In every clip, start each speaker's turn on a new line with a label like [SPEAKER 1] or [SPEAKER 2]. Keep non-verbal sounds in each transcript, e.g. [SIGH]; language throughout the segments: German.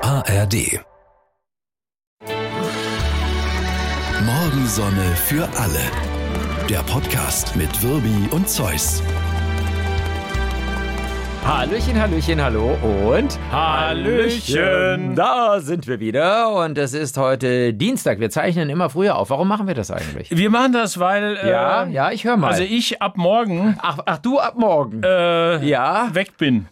[SPEAKER 1] ARD. Morgensonne für alle. Der Podcast mit Wirbi und Zeus.
[SPEAKER 2] Hallöchen, Hallöchen, hallo und
[SPEAKER 3] Hallöchen.
[SPEAKER 2] Da sind wir wieder und es ist heute Dienstag. Wir zeichnen immer früher auf. Warum machen wir das eigentlich?
[SPEAKER 3] Wir machen das, weil. äh,
[SPEAKER 2] Ja, ja, ich höre mal.
[SPEAKER 3] Also ich ab morgen
[SPEAKER 2] ach, ach, du ab morgen.
[SPEAKER 3] äh,
[SPEAKER 2] ja,
[SPEAKER 3] weg bin.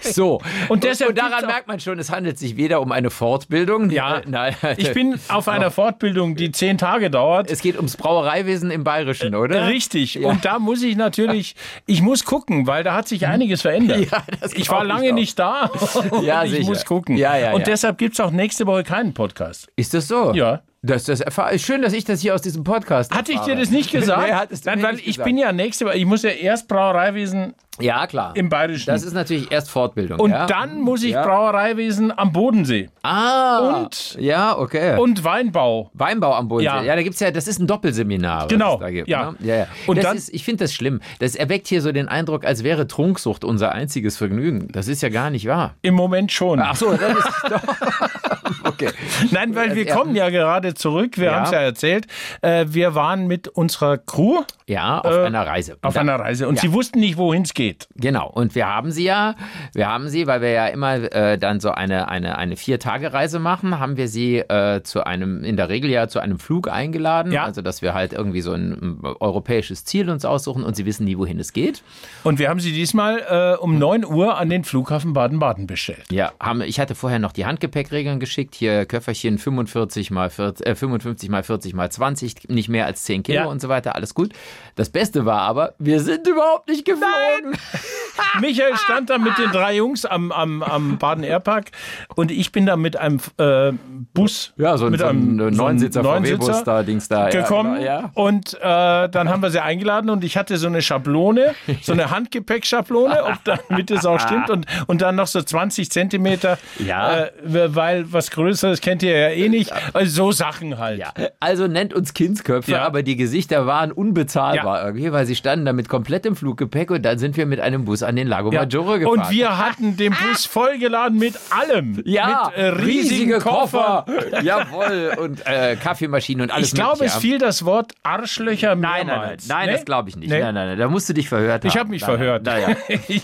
[SPEAKER 2] so.
[SPEAKER 3] Und deshalb
[SPEAKER 2] und daran
[SPEAKER 3] gibt's auch-
[SPEAKER 2] merkt man schon, es handelt sich weder um eine Fortbildung.
[SPEAKER 3] Ja.
[SPEAKER 2] äh, [LAUGHS] nein, also
[SPEAKER 3] Ich bin auf einer Fortbildung, die zehn Tage dauert.
[SPEAKER 2] Es geht ums Brauereiwesen im Bayerischen, oder?
[SPEAKER 3] Äh, Richtig. Und da muss ich natürlich, ich muss gucken, weil da hat sich einiges verändert.
[SPEAKER 2] Ja, das
[SPEAKER 3] ich
[SPEAKER 2] glaub
[SPEAKER 3] war
[SPEAKER 2] ich
[SPEAKER 3] lange
[SPEAKER 2] auch.
[SPEAKER 3] nicht da. [LAUGHS] Und
[SPEAKER 2] Ja,
[SPEAKER 3] ich
[SPEAKER 2] sicher.
[SPEAKER 3] muss gucken.
[SPEAKER 2] Ja, ja,
[SPEAKER 3] und
[SPEAKER 2] ja.
[SPEAKER 3] deshalb gibt es auch nächste Woche keinen Podcast.
[SPEAKER 2] Ist das so?
[SPEAKER 3] Ja.
[SPEAKER 2] Das, das erfahr- Schön, dass ich das hier aus diesem Podcast
[SPEAKER 3] Hatte ich dir
[SPEAKER 2] erfahre.
[SPEAKER 3] das nicht
[SPEAKER 2] [LAUGHS]
[SPEAKER 3] gesagt?
[SPEAKER 2] Nee, hattest du
[SPEAKER 3] Nein,
[SPEAKER 2] mir
[SPEAKER 3] weil
[SPEAKER 2] nicht
[SPEAKER 3] ich
[SPEAKER 2] gesagt.
[SPEAKER 3] bin ja nächste Woche, ich muss ja erst Brauereiwesen
[SPEAKER 2] Ja, klar.
[SPEAKER 3] im Bayerischen.
[SPEAKER 2] das ist natürlich erst Fortbildung.
[SPEAKER 3] und
[SPEAKER 2] ja.
[SPEAKER 3] dann muss ich
[SPEAKER 2] Ja.
[SPEAKER 3] Brauereiwesen am Bodensee
[SPEAKER 2] Ah.
[SPEAKER 3] Und-
[SPEAKER 2] Ja, okay.
[SPEAKER 3] und Weinbau.
[SPEAKER 2] Weinbau am Bodensee. Ja,
[SPEAKER 3] Ja.
[SPEAKER 2] da gibt's ja, das ist ein Doppelseminar. was
[SPEAKER 3] Genau,
[SPEAKER 2] es Da gibt,
[SPEAKER 3] ja.
[SPEAKER 2] Ne? ja, ja.
[SPEAKER 3] Und
[SPEAKER 2] das
[SPEAKER 3] dann-
[SPEAKER 2] ist, ich finde das schlimm. Das erweckt hier so den Eindruck, als wäre Trunksucht unser einziges Vergnügen. Das ist ja gar nicht
[SPEAKER 3] [LAUGHS]
[SPEAKER 2] wahr.
[SPEAKER 3] Im Moment schon.
[SPEAKER 2] Ach so, das ist doch. [LAUGHS] Okay.
[SPEAKER 3] Nein, weil wir
[SPEAKER 2] Ja.
[SPEAKER 3] kommen ja gerade zurück, wir
[SPEAKER 2] Also Ja.
[SPEAKER 3] haben es ja erzählt. Äh, wir waren mit unserer Crew
[SPEAKER 2] Ja, auf
[SPEAKER 3] Äh,
[SPEAKER 2] einer Reise.
[SPEAKER 3] auf
[SPEAKER 2] Da-
[SPEAKER 3] einer Reise und
[SPEAKER 2] Ja.
[SPEAKER 3] sie wussten nicht, wohin es geht.
[SPEAKER 2] Genau. Und wir haben sie ja, wir haben sie, weil wir ja immer äh, dann so eine, eine, eine Vier-Tage-Reise machen, haben wir sie äh, zu einem, in der Regel ja zu einem Flug eingeladen.
[SPEAKER 3] Ja.
[SPEAKER 2] Also, dass wir halt irgendwie so ein, ein europäisches Ziel uns aussuchen und sie wissen nie, wohin es geht.
[SPEAKER 3] Und wir haben sie diesmal äh, um 9 Uhr an den Flughafen Baden-Baden bestellt.
[SPEAKER 2] Ja, haben, ich hatte vorher noch die Handgepäckregeln geschickt. Hier Köfferchen 45 mal 40, äh, 55 mal 40 mal 20, nicht mehr als 10 Kilo
[SPEAKER 3] Ja.
[SPEAKER 2] und so weiter, alles gut. Das Beste war aber, wir sind überhaupt nicht geflogen.
[SPEAKER 3] Michael stand da mit den drei Jungs am, am, am Baden Airpark und ich bin da mit einem äh, Bus,
[SPEAKER 2] Ja, so ein-
[SPEAKER 3] mit
[SPEAKER 2] so ein Neunsitzer VW-Bus
[SPEAKER 3] Neunsitzer
[SPEAKER 2] da, Dings da, ja,
[SPEAKER 3] gekommen.
[SPEAKER 2] genau, ja.
[SPEAKER 3] Und äh, dann haben wir sie eingeladen und ich hatte so eine Schablone, so
[SPEAKER 2] [LAUGHS]
[SPEAKER 3] eine Handgepäckschablone, ob damit es auch stimmt. Und, und dann noch so 20 Zentimeter,
[SPEAKER 2] Ja.
[SPEAKER 3] äh, weil was Größeres kennt ihr ja eh nicht. Also so Sachen halt.
[SPEAKER 2] Ja, also nennt uns Kindsköpfe,
[SPEAKER 3] Ja.
[SPEAKER 2] aber die Gesichter waren unbezahlbar
[SPEAKER 3] Ja.
[SPEAKER 2] irgendwie, weil sie standen da mit komplettem Fluggepäck und dann sind wir mit einem Bus an den Lago
[SPEAKER 3] Ja.
[SPEAKER 2] Maggiore gefahren.
[SPEAKER 3] Und wir hatten den Bus vollgeladen mit allem.
[SPEAKER 2] Ah. ja,
[SPEAKER 3] mit äh, riesigen
[SPEAKER 2] riesige
[SPEAKER 3] Koffer.
[SPEAKER 2] Koffer. Jawohl, und äh, Kaffeemaschinen und alles
[SPEAKER 3] Ich glaube, es
[SPEAKER 2] Mögliche.
[SPEAKER 3] fiel das Wort Arschlöcher
[SPEAKER 2] Nein, nein, nein,
[SPEAKER 3] mehrmals. Ne?
[SPEAKER 2] nein,
[SPEAKER 3] Nee?
[SPEAKER 2] das glaube ich nicht.
[SPEAKER 3] Nee?
[SPEAKER 2] Nein, nein, nein, da musst du dich verhört haben.
[SPEAKER 3] Ich habe mich
[SPEAKER 2] Nein, nein,
[SPEAKER 3] verhört. [LAUGHS]
[SPEAKER 2] Naja.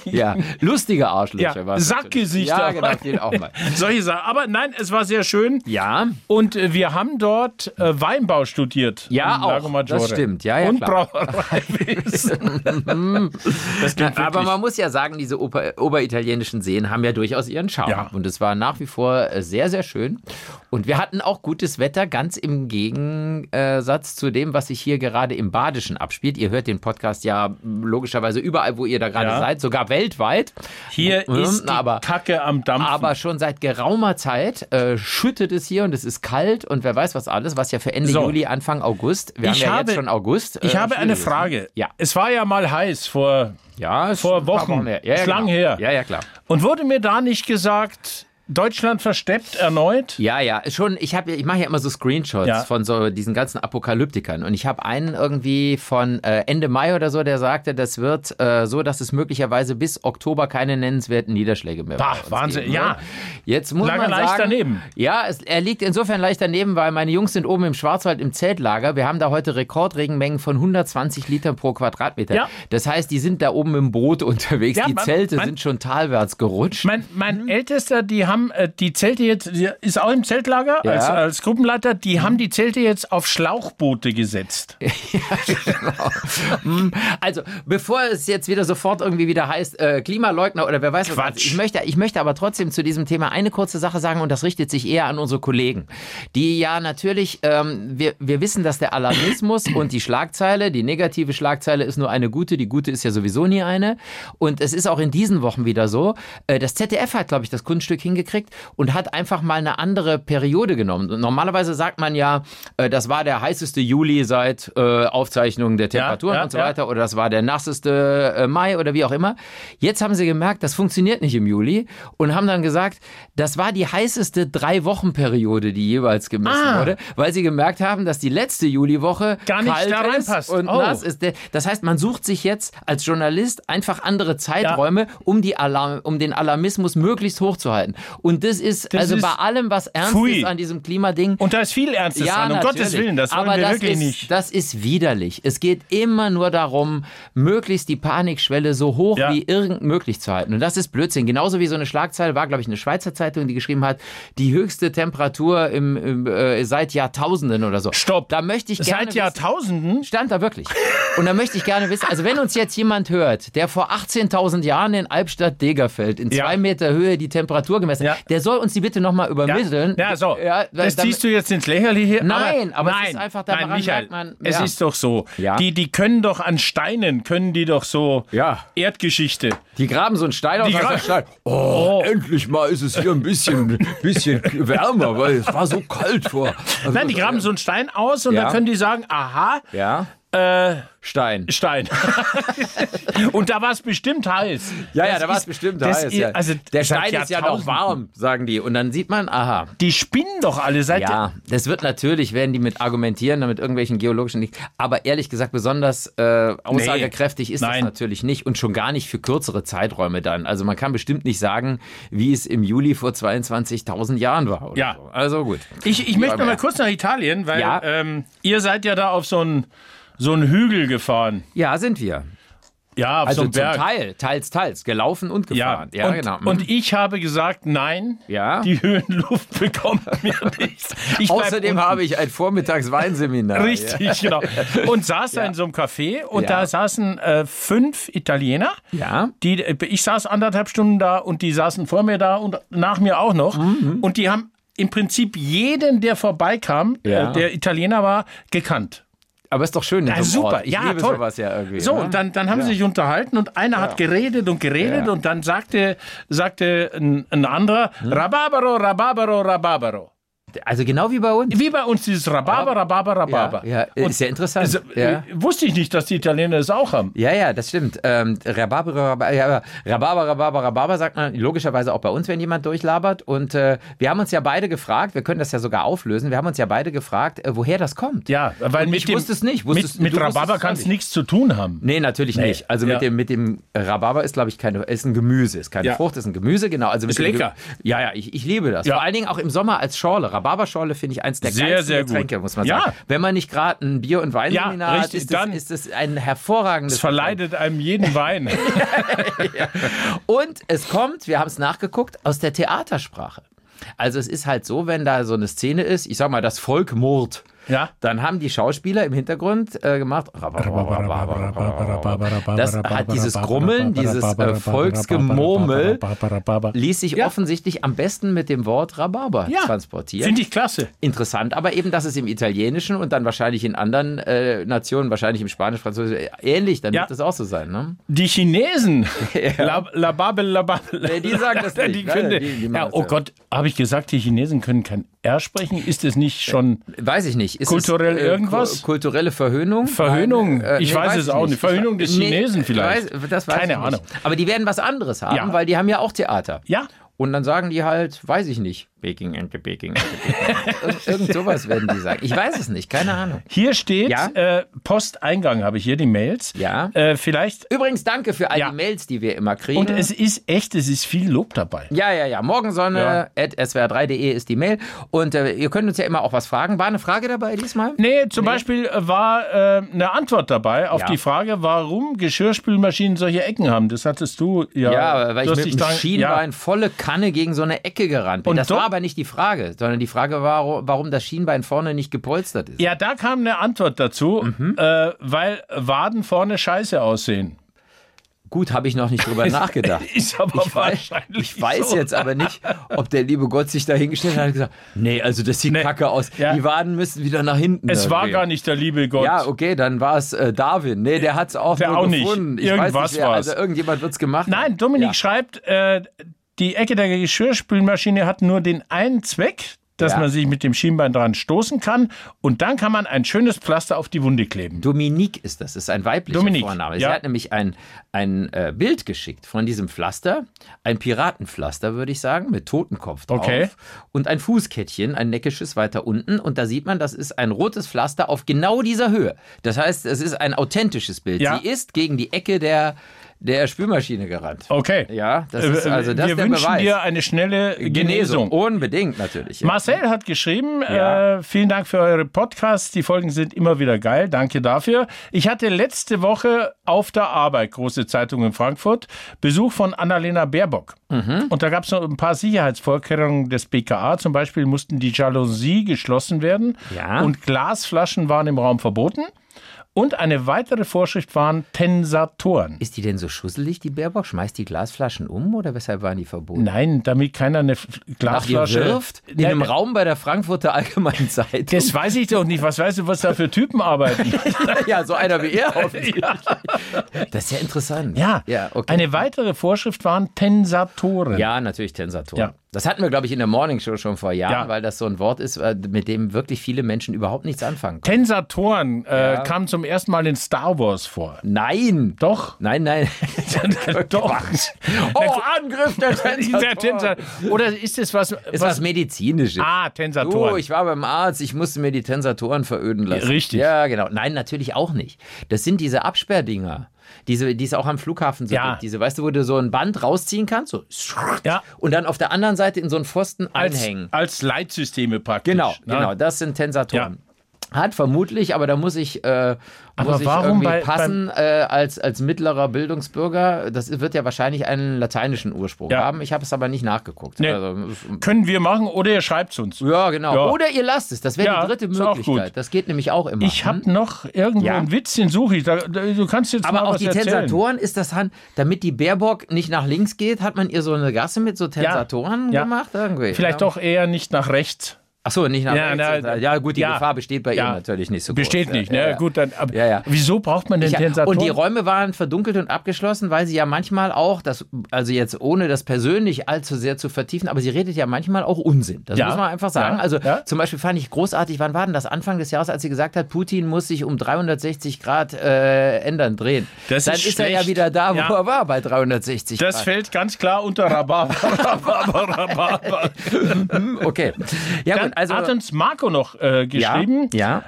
[SPEAKER 2] Ja, lustige Arschlöcher.
[SPEAKER 3] Ja,
[SPEAKER 2] war's natürlich.
[SPEAKER 3] Sackgesichter.
[SPEAKER 2] Ja, genau, den auch mal.
[SPEAKER 3] Solche Sachen. Aber nein, es war sehr schön.
[SPEAKER 2] Ja,
[SPEAKER 3] Und äh, wir haben dort äh, Weinbau studiert.
[SPEAKER 2] Ja,
[SPEAKER 3] in
[SPEAKER 2] auch.
[SPEAKER 3] Lago Maggiore.
[SPEAKER 2] Das stimmt. Ja, ja,
[SPEAKER 3] Und
[SPEAKER 2] klar. [LAUGHS]
[SPEAKER 3] Brauereiwesen. das klingt
[SPEAKER 2] aber
[SPEAKER 3] wirklich-
[SPEAKER 2] man muss ja sagen, diese Oper, oberitalienischen Seen haben ja durchaus ihren Charme.
[SPEAKER 3] Ja.
[SPEAKER 2] Und es war nach wie vor äh, sehr, sehr schön. Und wir hatten auch gutes Wetter, ganz im Gegensatz zu dem, was sich hier gerade im Badischen abspielt. Ihr hört den Podcast ja logischerweise überall, wo ihr da gerade
[SPEAKER 3] Ja.
[SPEAKER 2] seid, sogar weltweit.
[SPEAKER 3] Hier
[SPEAKER 2] Mhm,
[SPEAKER 3] ist die
[SPEAKER 2] aber-
[SPEAKER 3] Kacke am Dampfen.
[SPEAKER 2] Aber schon seit geraumer Zeit äh, schüttet es hier und es ist kalt und wer weiß was alles, was ja für Ende
[SPEAKER 3] So.
[SPEAKER 2] Juli, Anfang August. Wir
[SPEAKER 3] Ich
[SPEAKER 2] haben ja
[SPEAKER 3] habe-
[SPEAKER 2] jetzt schon August.
[SPEAKER 3] ich
[SPEAKER 2] äh,
[SPEAKER 3] habe eine
[SPEAKER 2] schwierig ist, ne?
[SPEAKER 3] Frage.
[SPEAKER 2] Ja.
[SPEAKER 3] Es war ja mal heiß vor
[SPEAKER 2] ja es
[SPEAKER 3] Vor
[SPEAKER 2] ist ein paar
[SPEAKER 3] Wochen.
[SPEAKER 2] her. Ja, ja,
[SPEAKER 3] Ist lang
[SPEAKER 2] genau.
[SPEAKER 3] her.
[SPEAKER 2] Ja, ja, klar.
[SPEAKER 3] und wurde mir da nicht gesagt, Deutschland versteppt erneut?
[SPEAKER 2] Ja, ja, schon. Ich habe, ich mache ja immer so Screenshots
[SPEAKER 3] Ja.
[SPEAKER 2] von so diesen ganzen Apokalyptikern und ich habe einen irgendwie von äh, Ende Mai oder so, der sagte, das wird äh, so, dass es möglicherweise bis Oktober keine nennenswerten Niederschläge mehr.
[SPEAKER 3] Bah,
[SPEAKER 2] bei uns
[SPEAKER 3] Wahnsinn,
[SPEAKER 2] geben,
[SPEAKER 3] ja.
[SPEAKER 2] ne? Jetzt muss
[SPEAKER 3] Lag er
[SPEAKER 2] man
[SPEAKER 3] leicht
[SPEAKER 2] sagen,
[SPEAKER 3] daneben.
[SPEAKER 2] Ja, es, er liegt insofern leicht daneben, weil meine Jungs sind oben im Schwarzwald im Zeltlager. Wir haben da heute Rekordregenmengen von 120 Litern pro Quadratmeter.
[SPEAKER 3] Ja.
[SPEAKER 2] Das heißt, die sind da oben im Boot [LAUGHS] unterwegs.
[SPEAKER 3] Ja,
[SPEAKER 2] die
[SPEAKER 3] man-
[SPEAKER 2] Zelte
[SPEAKER 3] man-
[SPEAKER 2] sind schon talwärts gerutscht.
[SPEAKER 3] Mein,
[SPEAKER 2] Mhm.
[SPEAKER 3] mein Ältester, die haben äh, die Zelte jetzt, die ist auch im Zeltlager
[SPEAKER 2] Ja. Mhm.
[SPEAKER 3] als, als Gruppenleiter, die haben die Zelte jetzt auf Schlauchboote
[SPEAKER 2] [LAUGHS]
[SPEAKER 3] gesetzt.
[SPEAKER 2] Mm, Also, bevor es jetzt wieder sofort irgendwie wieder heißt, äh, Klimaleugner oder wer weiß was.
[SPEAKER 3] Quatsch.
[SPEAKER 2] Also ich, möchte, ich möchte aber trotzdem zu diesem Thema eine kurze Sache sagen und das richtet sich eher an unsere Kollegen, die ja natürlich, ähm, wir, wir wissen, dass der Alarmismus und die Schlagzeile, die negative Schlagzeile ist nur eine gute, die gute ist ja sowieso nie eine. Und es ist auch in diesen Wochen wieder so, äh, das ZDF hat, glaube ich, das Kunststück hingekriegt und hat einfach mal eine andere Periode genommen. Und normalerweise sagt man ja, äh, das war der heißeste Juli seit äh, Aufzeichnungen der Temperaturen
[SPEAKER 3] ja,
[SPEAKER 2] und so
[SPEAKER 3] ja.
[SPEAKER 2] weiter oder das war der nasseste äh, Mai oder wie auch immer. Jetzt haben sie gemerkt, das funktioniert nicht im Juli und haben dann gesagt, das war die heißeste Drei-Wochen-Periode, die jeweils gemessen
[SPEAKER 3] Ah.
[SPEAKER 2] wurde, weil sie gemerkt haben, dass die letzte Juliwoche
[SPEAKER 3] Gar nicht
[SPEAKER 2] kalt
[SPEAKER 3] da
[SPEAKER 2] ist
[SPEAKER 3] reinpasst.
[SPEAKER 2] und
[SPEAKER 3] Oh.
[SPEAKER 2] nass ist. Der- Das heißt, man sucht sich jetzt als Journalist einfach andere Zeiträume, um, die Alarm, um den Alarmismus möglichst hochzuhalten. Und das ist,
[SPEAKER 3] Das
[SPEAKER 2] also
[SPEAKER 3] ist-
[SPEAKER 2] bei allem, was ernst
[SPEAKER 3] Pfui.
[SPEAKER 2] ist an diesem Klimading,
[SPEAKER 3] Und da ist viel Ernstes
[SPEAKER 2] ja,
[SPEAKER 3] dran. Um
[SPEAKER 2] natürlich.
[SPEAKER 3] Gottes Willen, das wollen
[SPEAKER 2] Aber
[SPEAKER 3] wir
[SPEAKER 2] das
[SPEAKER 3] wirklich
[SPEAKER 2] ist,
[SPEAKER 3] nicht.
[SPEAKER 2] Das ist widerlich. Es geht immer nur darum, möglichst die Panikschwelle so hoch
[SPEAKER 3] Ja.
[SPEAKER 2] wie irgend möglich zu halten. Und das ist Blödsinn. Genauso wie so eine Schlagzeile war, glaube ich, eine Schweizer Zeitung, die geschrieben hat, die höchste Temperatur im, im, äh, seit Jahrtausenden oder so.
[SPEAKER 3] Stopp.
[SPEAKER 2] Da möchte ich gerne
[SPEAKER 3] Seit
[SPEAKER 2] wissen-
[SPEAKER 3] Jahrtausenden?
[SPEAKER 2] Stand da wirklich. Und da möchte ich gerne wissen, also wenn uns jetzt jemand hört, der vor 18.000 Jahren in Albstadt-Degerfeld in
[SPEAKER 3] Ja.
[SPEAKER 2] zwei Meter Höhe die Temperatur gemessen hat,
[SPEAKER 3] Ja.
[SPEAKER 2] der soll uns die bitte nochmal übermitteln.
[SPEAKER 3] Ja, so.
[SPEAKER 2] Ja, weil
[SPEAKER 3] das
[SPEAKER 2] damit-
[SPEAKER 3] ziehst du jetzt ins Lächerliche.
[SPEAKER 2] Nein, aber es
[SPEAKER 3] nein,
[SPEAKER 2] ist einfach, daran
[SPEAKER 3] nein, Michael,
[SPEAKER 2] merkt man-
[SPEAKER 3] Es
[SPEAKER 2] ja.
[SPEAKER 3] ist doch so.
[SPEAKER 2] Ja.
[SPEAKER 3] Die, die können doch an Steinen, können die doch so
[SPEAKER 2] Ja.
[SPEAKER 3] Erdgeschichte.
[SPEAKER 2] Die graben so einen Stein aus
[SPEAKER 3] Die
[SPEAKER 2] aus
[SPEAKER 3] gra-
[SPEAKER 2] der Stein. Oh, endlich mal ist es hier ein
[SPEAKER 3] [LAUGHS]
[SPEAKER 2] bisschen, bisschen wärmer, weil es war so kalt vor.
[SPEAKER 3] Nein, die graben so einen Stein aus und
[SPEAKER 2] Ja.
[SPEAKER 3] dann können die sagen, aha,
[SPEAKER 2] Ja,
[SPEAKER 3] äh,
[SPEAKER 2] Stein.
[SPEAKER 3] Stein. [LAUGHS] und da war es bestimmt heiß.
[SPEAKER 2] Ja, ja,
[SPEAKER 3] Das
[SPEAKER 2] da war es
[SPEAKER 3] ist-
[SPEAKER 2] bestimmt
[SPEAKER 3] das
[SPEAKER 2] heiß.
[SPEAKER 3] ist-
[SPEAKER 2] ja.
[SPEAKER 3] also
[SPEAKER 2] der
[SPEAKER 3] seit
[SPEAKER 2] Stein ist ja noch
[SPEAKER 3] Jahrtausenden.
[SPEAKER 2] warm, sagen die. Und dann sieht man, aha.
[SPEAKER 3] Die spinnen doch alle seit
[SPEAKER 2] Ja, das wird natürlich, werden die mit argumentieren, damit irgendwelchen geologischen nicht. Aber ehrlich gesagt, besonders äh, aussagekräftig ist das
[SPEAKER 3] nein.
[SPEAKER 2] natürlich nicht und schon gar nicht für kürzere Zeiträume dann. Also man kann bestimmt nicht sagen, wie es im Juli vor 22.000 Jahren war. Oder
[SPEAKER 3] Ja.
[SPEAKER 2] So. Also gut.
[SPEAKER 3] Ich, ich möchte
[SPEAKER 2] aber
[SPEAKER 3] noch mal
[SPEAKER 2] ja.
[SPEAKER 3] kurz nach Italien, weil
[SPEAKER 2] Ja.
[SPEAKER 3] ähm, ihr seid ja da auf so einen so einen Hügel gefahren.
[SPEAKER 2] Ja, sind wir.
[SPEAKER 3] Ja, auf so
[SPEAKER 2] Also
[SPEAKER 3] einen
[SPEAKER 2] zum
[SPEAKER 3] Berg.
[SPEAKER 2] Teil, teils, teils, gelaufen und
[SPEAKER 3] Ja,
[SPEAKER 2] gefahren. Ja,
[SPEAKER 3] und,
[SPEAKER 2] genau.
[SPEAKER 3] und ich habe gesagt, nein,
[SPEAKER 2] Ja.
[SPEAKER 3] die Höhenluft [LAUGHS] bekommt mir nichts. Ich bleib
[SPEAKER 2] Außerdem
[SPEAKER 3] unten.
[SPEAKER 2] habe ich ein
[SPEAKER 3] [LAUGHS]
[SPEAKER 2] Vormittagsweinseminar.
[SPEAKER 3] Richtig, genau. Und saß da in so einem Café und
[SPEAKER 2] Ja.
[SPEAKER 3] da saßen äh, fünf Italiener.
[SPEAKER 2] Ja.
[SPEAKER 3] Die, ich saß anderthalb Stunden da und die saßen vor mir da und nach mir auch noch.
[SPEAKER 2] Mhm.
[SPEAKER 3] Und die haben im Prinzip jeden, der vorbeikam,
[SPEAKER 2] Ja.
[SPEAKER 3] äh, der Italiener war, gekannt.
[SPEAKER 2] Aber ist doch schön in
[SPEAKER 3] Ja,
[SPEAKER 2] so einem
[SPEAKER 3] super,
[SPEAKER 2] Ort. Also, oh, Ich
[SPEAKER 3] ja,
[SPEAKER 2] liebe
[SPEAKER 3] toll.
[SPEAKER 2] sowas ja irgendwie.
[SPEAKER 3] So,
[SPEAKER 2] ne?
[SPEAKER 3] dann, dann haben sie sich unterhalten und einer hat geredet und geredet
[SPEAKER 2] Ja.
[SPEAKER 3] und dann sagte, sagte ein, ein anderer,
[SPEAKER 2] Hm?
[SPEAKER 3] Rababaro, Rababaro, Rababaro.
[SPEAKER 2] also genau wie bei uns.
[SPEAKER 3] Wie bei uns dieses Rhabarber, Rhabarber, Rhabarber.
[SPEAKER 2] Ja, ja, ist ja interessant.
[SPEAKER 3] Also,
[SPEAKER 2] ja.
[SPEAKER 3] äh, Wusste ich nicht, dass die Italiener das auch haben.
[SPEAKER 2] Ja, ja, das stimmt. Ähm, Rhabarber, Rhabarber, ja, aber Rhabarber, Rhabarber, Rhabarber sagt man logischerweise auch bei uns, wenn jemand durchlabert. Und äh, wir haben uns ja beide gefragt, wir können das ja sogar auflösen, wir haben uns ja beide gefragt, äh, woher das kommt.
[SPEAKER 3] Ja, weil
[SPEAKER 2] Und
[SPEAKER 3] mit
[SPEAKER 2] ich
[SPEAKER 3] dem,
[SPEAKER 2] wusste es nicht. Wusstest,
[SPEAKER 3] mit
[SPEAKER 2] du
[SPEAKER 3] mit
[SPEAKER 2] wusstest
[SPEAKER 3] Rhabarber
[SPEAKER 2] es auch
[SPEAKER 3] kann es
[SPEAKER 2] nicht.
[SPEAKER 3] nichts zu tun haben.
[SPEAKER 2] Nee, natürlich nicht. Also
[SPEAKER 3] Ja.
[SPEAKER 2] mit dem mit dem Rhabarber ist, glaube ich, keine ist ein Gemüse, ist keine
[SPEAKER 3] Ja.
[SPEAKER 2] Frucht, ist ein Gemüse, genau. Also mit
[SPEAKER 3] Ist
[SPEAKER 2] dem
[SPEAKER 3] lecker.
[SPEAKER 2] Ge- ja, ja, ich, ich liebe das.
[SPEAKER 3] Ja.
[SPEAKER 2] Vor allen Dingen auch im Sommer als Schorle. Rhabarberschorle finde ich eins der
[SPEAKER 3] Sehr,
[SPEAKER 2] geilsten
[SPEAKER 3] sehr gut.
[SPEAKER 2] Getränke, muss man
[SPEAKER 3] Ja.
[SPEAKER 2] sagen. Wenn man nicht gerade ein Bier und Wein
[SPEAKER 3] Ja,
[SPEAKER 2] hat,
[SPEAKER 3] richtig,
[SPEAKER 2] ist, das,
[SPEAKER 3] dann-
[SPEAKER 2] ist das ein
[SPEAKER 3] Es
[SPEAKER 2] hervorragendes
[SPEAKER 3] verleidet einem jeden
[SPEAKER 2] [LAUGHS]
[SPEAKER 3] Wein.
[SPEAKER 2] Und es kommt, wir haben es nachgeguckt, aus der Theatersprache. Also es ist halt so, wenn da so eine Szene ist, ich sag mal, das Volk murrt.
[SPEAKER 3] Ja.
[SPEAKER 2] Dann haben die Schauspieler im Hintergrund äh, gemacht. Das hat dieses Grummeln, dieses äh, Volksgemurmel, ließ sich offensichtlich am besten mit dem Wort Rhabarber
[SPEAKER 3] Ja.
[SPEAKER 2] transportieren.
[SPEAKER 3] Finde ich klasse.
[SPEAKER 2] Interessant, aber eben, dass es im Italienischen und dann wahrscheinlich in anderen äh, Nationen, wahrscheinlich im Spanisch, Französisch, äh, ähnlich, dann
[SPEAKER 3] Ja.
[SPEAKER 2] wird das auch so sein. Ne? [LAUGHS]
[SPEAKER 3] Die Chinesen. La, la babel, la babel.
[SPEAKER 2] Nee, die sagen
[SPEAKER 3] [LAUGHS]
[SPEAKER 2] das nicht,
[SPEAKER 3] Die
[SPEAKER 2] ne?
[SPEAKER 3] können,
[SPEAKER 2] Die- die machen
[SPEAKER 3] ja,
[SPEAKER 2] das
[SPEAKER 3] oh
[SPEAKER 2] ja.
[SPEAKER 3] Gott, habe ich gesagt, die Chinesen können kein R sprechen? Ist es nicht schon
[SPEAKER 2] Weiß ich nicht. Ist
[SPEAKER 3] Kulturell
[SPEAKER 2] es, äh,
[SPEAKER 3] irgendwas?
[SPEAKER 2] ku- Kulturelle Verhöhnung? äh,
[SPEAKER 3] Verhöhnung? Ich weiß es auch nicht. Verhöhnung des
[SPEAKER 2] Nee, äh,
[SPEAKER 3] Chinesen vielleicht.
[SPEAKER 2] Weiß, das weiß
[SPEAKER 3] Keine
[SPEAKER 2] ich nicht.
[SPEAKER 3] Ahnung.
[SPEAKER 2] Aber die werden was anderes haben,
[SPEAKER 3] Ja.
[SPEAKER 2] weil die haben ja auch Theater.
[SPEAKER 3] Ja.
[SPEAKER 2] Und dann sagen die halt, weiß ich nicht, Baking and the Baking. And the
[SPEAKER 3] [LAUGHS]
[SPEAKER 2] baking. Irgend- Irgend sowas werden die sagen. Ich weiß es nicht, keine Ahnung.
[SPEAKER 3] Hier steht,
[SPEAKER 2] Ja?
[SPEAKER 3] äh, Posteingang habe ich hier, die Mails.
[SPEAKER 2] Ja.
[SPEAKER 3] Äh, vielleicht,
[SPEAKER 2] Übrigens, danke für all
[SPEAKER 3] Ja.
[SPEAKER 2] die Mails, die wir immer kriegen.
[SPEAKER 3] und es ist echt, es ist viel Lob dabei.
[SPEAKER 2] Ja, ja, ja. Morgensonne
[SPEAKER 3] Ja.
[SPEAKER 2] at swr3.de ist die Mail. Und äh, ihr könnt uns ja immer auch was fragen. War eine Frage dabei diesmal?
[SPEAKER 3] Nee, zum Beispiel äh, war äh, eine Antwort dabei auf
[SPEAKER 2] Ja.
[SPEAKER 3] die Frage, warum Geschirrspülmaschinen solche Ecken haben. Das hattest du ja.
[SPEAKER 2] Ja, weil
[SPEAKER 3] du
[SPEAKER 2] ich
[SPEAKER 3] hast
[SPEAKER 2] mit
[SPEAKER 3] dich
[SPEAKER 2] dem
[SPEAKER 3] dran-
[SPEAKER 2] Schienbein volle Kanne gegen so eine Ecke gerannt bin.
[SPEAKER 3] Und
[SPEAKER 2] das
[SPEAKER 3] doch-
[SPEAKER 2] war aber nicht die Frage, sondern die Frage war, wo- warum das Schienbein vorne nicht gepolstert ist.
[SPEAKER 3] Ja. ja, da kam eine Antwort dazu,
[SPEAKER 2] Mhm.
[SPEAKER 3] äh, weil Waden vorne scheiße aussehen.
[SPEAKER 2] Gut, habe ich noch nicht drüber nachgedacht.
[SPEAKER 3] [LAUGHS] Ist aber
[SPEAKER 2] Ich weiß,
[SPEAKER 3] wahrscheinlich
[SPEAKER 2] ich weiß
[SPEAKER 3] so.
[SPEAKER 2] jetzt aber nicht, ob der liebe Gott sich da hingestellt hat und gesagt, nee, also das sieht kacke aus.
[SPEAKER 3] Ja.
[SPEAKER 2] Die Waden müssen wieder nach hinten.
[SPEAKER 3] Es war
[SPEAKER 2] irgendwie.
[SPEAKER 3] gar nicht der liebe Gott.
[SPEAKER 2] Ja, okay, dann war es äh, Darwin. Nee, der hat es auch
[SPEAKER 3] Der
[SPEAKER 2] nur
[SPEAKER 3] auch nicht.
[SPEAKER 2] gefunden. Ich weiß
[SPEAKER 3] Irgendwas
[SPEAKER 2] nicht, wer-
[SPEAKER 3] war's.
[SPEAKER 2] Also irgendjemand wird es gemacht.
[SPEAKER 3] Nein,
[SPEAKER 2] haben.
[SPEAKER 3] Dominik
[SPEAKER 2] Ja.
[SPEAKER 3] schreibt, äh, die Ecke der Geschirrspülmaschine hat nur den einen Zweck, dass
[SPEAKER 2] Ja.
[SPEAKER 3] man sich mit dem Schienbein dran stoßen kann und dann kann man ein schönes Pflaster auf die Wunde kleben.
[SPEAKER 2] Dominique ist das, das ist ein weiblicher
[SPEAKER 3] Dominique,
[SPEAKER 2] Vorname. Sie
[SPEAKER 3] ja.
[SPEAKER 2] hat nämlich ein, ein äh, Bild geschickt von diesem Pflaster, ein Piratenpflaster, würde ich sagen, mit Totenkopf drauf
[SPEAKER 3] Okay.
[SPEAKER 2] und ein Fußkettchen, ein neckisches weiter unten und da sieht man, das ist ein rotes Pflaster auf genau dieser Höhe. Das heißt, es ist ein authentisches Bild.
[SPEAKER 3] Ja.
[SPEAKER 2] Sie ist gegen die Ecke der der Spülmaschine gerannt.
[SPEAKER 3] Okay. Äh,
[SPEAKER 2] Ja, das ist also das
[SPEAKER 3] Wir
[SPEAKER 2] ist der
[SPEAKER 3] wünschen
[SPEAKER 2] Beweis.
[SPEAKER 3] dir eine schnelle Genesung.
[SPEAKER 2] Unbedingt natürlich. Ja.
[SPEAKER 3] Marcel hat geschrieben,
[SPEAKER 2] Ja.
[SPEAKER 3] äh, vielen Dank für eure Podcasts. Die Folgen sind immer wieder geil. Danke dafür. Ich hatte letzte Woche auf der Arbeit, große Zeitung in Frankfurt, Besuch von Annalena Baerbock.
[SPEAKER 2] Mhm.
[SPEAKER 3] Und da gab es noch ein paar Sicherheitsvorkehrungen des BKA. Zum Beispiel mussten die Jalousie geschlossen werden
[SPEAKER 2] Ja.
[SPEAKER 3] und Glasflaschen waren im Raum verboten. Und eine weitere Vorschrift waren Tensatoren.
[SPEAKER 2] Ist die denn so schusselig, die Baerbock? Schmeißt die Glasflaschen um oder weshalb waren die verboten?
[SPEAKER 3] Nein, damit keiner eine F-
[SPEAKER 2] Ach, ihr
[SPEAKER 3] Glasflasche
[SPEAKER 2] wirft? In
[SPEAKER 3] Nein,
[SPEAKER 2] einem Raum bei der Frankfurter Allgemeinen Zeitung.
[SPEAKER 3] Das weiß ich doch nicht. Was weißt du, was da für Typen arbeiten?
[SPEAKER 2] [LAUGHS] ja, so einer wie er hoffentlich. Das ist [LAUGHS] ja interessant.
[SPEAKER 3] Ja,
[SPEAKER 2] ja okay.
[SPEAKER 3] eine weitere Vorschrift waren Tensatoren.
[SPEAKER 2] Ja, natürlich Tensatoren.
[SPEAKER 3] Ja.
[SPEAKER 2] Das hatten wir, glaube ich, in der Morning Show schon vor Jahren,
[SPEAKER 3] Ja.
[SPEAKER 2] weil das so ein Wort ist, äh, mit dem wirklich viele Menschen überhaupt nichts anfangen können.
[SPEAKER 3] Tensatoren äh, kamen zum ersten Mal in Star Wars vor.
[SPEAKER 2] Nein! [LAUGHS]
[SPEAKER 3] Doch.
[SPEAKER 2] Nein, nein.
[SPEAKER 3] Doch.
[SPEAKER 2] Oh, Angriff [LAUGHS] der
[SPEAKER 3] Dieser
[SPEAKER 2] Tensatoren.
[SPEAKER 3] Tensa Oder ist es was?
[SPEAKER 2] Ist was Medizinisches.
[SPEAKER 3] ah,
[SPEAKER 2] Du,
[SPEAKER 3] Tensatoren.
[SPEAKER 2] ich war beim Arzt, ich musste mir die Tensatoren veröden lassen.
[SPEAKER 3] Richtig.
[SPEAKER 2] Ja, genau. Nein, natürlich auch nicht. Das sind diese Absperrdinger, diese, die es auch am Flughafen so
[SPEAKER 3] Ja.
[SPEAKER 2] gibt. Diese, weißt du, wo du so ein Band rausziehen kannst, so
[SPEAKER 3] ja,
[SPEAKER 2] und dann auf der anderen Seite in so einen Pfosten
[SPEAKER 3] als,
[SPEAKER 2] einhängen.
[SPEAKER 3] als Leitsysteme praktisch.
[SPEAKER 2] Genau,
[SPEAKER 3] ne?
[SPEAKER 2] genau, das sind Tensatoren. Hat vermutlich, aber da muss ich, äh, muss ich
[SPEAKER 3] warum
[SPEAKER 2] irgendwie
[SPEAKER 3] bei-
[SPEAKER 2] passen äh, als, als mittlerer Bildungsbürger. Das wird ja wahrscheinlich einen lateinischen Ursprung
[SPEAKER 3] Ja.
[SPEAKER 2] haben. Ich habe es aber nicht nachgeguckt.
[SPEAKER 3] Nee.
[SPEAKER 2] Also, es-
[SPEAKER 3] Können wir machen oder ihr schreibt es uns.
[SPEAKER 2] ja, genau.
[SPEAKER 3] Ja.
[SPEAKER 2] Oder ihr lasst es. Das wäre
[SPEAKER 3] Ja,
[SPEAKER 2] die dritte
[SPEAKER 3] ist auch
[SPEAKER 2] Möglichkeit.
[SPEAKER 3] gut.
[SPEAKER 2] Das geht nämlich auch immer. Hm?
[SPEAKER 3] Ich habe noch irgendwo
[SPEAKER 2] Mhm. Ja.
[SPEAKER 3] einen Witz, den suche ich. Da, da, du kannst jetzt
[SPEAKER 2] aber
[SPEAKER 3] mal
[SPEAKER 2] auch
[SPEAKER 3] was
[SPEAKER 2] die
[SPEAKER 3] erzählen.
[SPEAKER 2] Tensatoren ist das Hand, damit die Baerbock nicht nach links geht, hat man ihr so eine Gasse mit so Tensatoren
[SPEAKER 3] Ja.
[SPEAKER 2] gemacht. Irgendwie.
[SPEAKER 3] Vielleicht
[SPEAKER 2] ja.
[SPEAKER 3] doch eher nicht nach rechts.
[SPEAKER 2] Ach so, nicht nach
[SPEAKER 3] Ja,
[SPEAKER 2] rechts.
[SPEAKER 3] na,
[SPEAKER 2] ja, gut, die
[SPEAKER 3] ja.
[SPEAKER 2] Gefahr besteht bei ihr
[SPEAKER 3] Ja.
[SPEAKER 2] natürlich nicht so
[SPEAKER 3] Besteht
[SPEAKER 2] groß.
[SPEAKER 3] nicht,
[SPEAKER 2] Ja,
[SPEAKER 3] ne?
[SPEAKER 2] ja.
[SPEAKER 3] Gut, dann. Aber
[SPEAKER 2] Ja, ja.
[SPEAKER 3] Wieso braucht man denn
[SPEAKER 2] Ja,
[SPEAKER 3] Tensatoren?
[SPEAKER 2] und die Räume waren verdunkelt und abgeschlossen, weil sie ja manchmal auch, das, also jetzt ohne das persönlich allzu sehr zu vertiefen, aber sie redet ja manchmal auch Unsinn. Das
[SPEAKER 3] Ja,
[SPEAKER 2] muss man einfach sagen.
[SPEAKER 3] ja,
[SPEAKER 2] also
[SPEAKER 3] ja.
[SPEAKER 2] zum Beispiel fand ich großartig, wann war denn das Anfang des Jahres, als sie gesagt hat, Putin muss sich um 360 Grad äh, ändern, drehen.
[SPEAKER 3] Das
[SPEAKER 2] Dann
[SPEAKER 3] ist
[SPEAKER 2] ist, er ja
[SPEAKER 3] schlecht.
[SPEAKER 2] wieder da, wo
[SPEAKER 3] Ja.
[SPEAKER 2] er war, bei 360
[SPEAKER 3] Das
[SPEAKER 2] Grad.
[SPEAKER 3] fällt ganz klar unter
[SPEAKER 2] [LAUGHS]
[SPEAKER 3] Rhabarber. Rhabarber, Rhabarber.
[SPEAKER 2] Hm, Okay. Ja,
[SPEAKER 3] Dann
[SPEAKER 2] gut, also.
[SPEAKER 3] hat uns Marco noch
[SPEAKER 2] ja,
[SPEAKER 3] äh, geschrieben.
[SPEAKER 2] ja.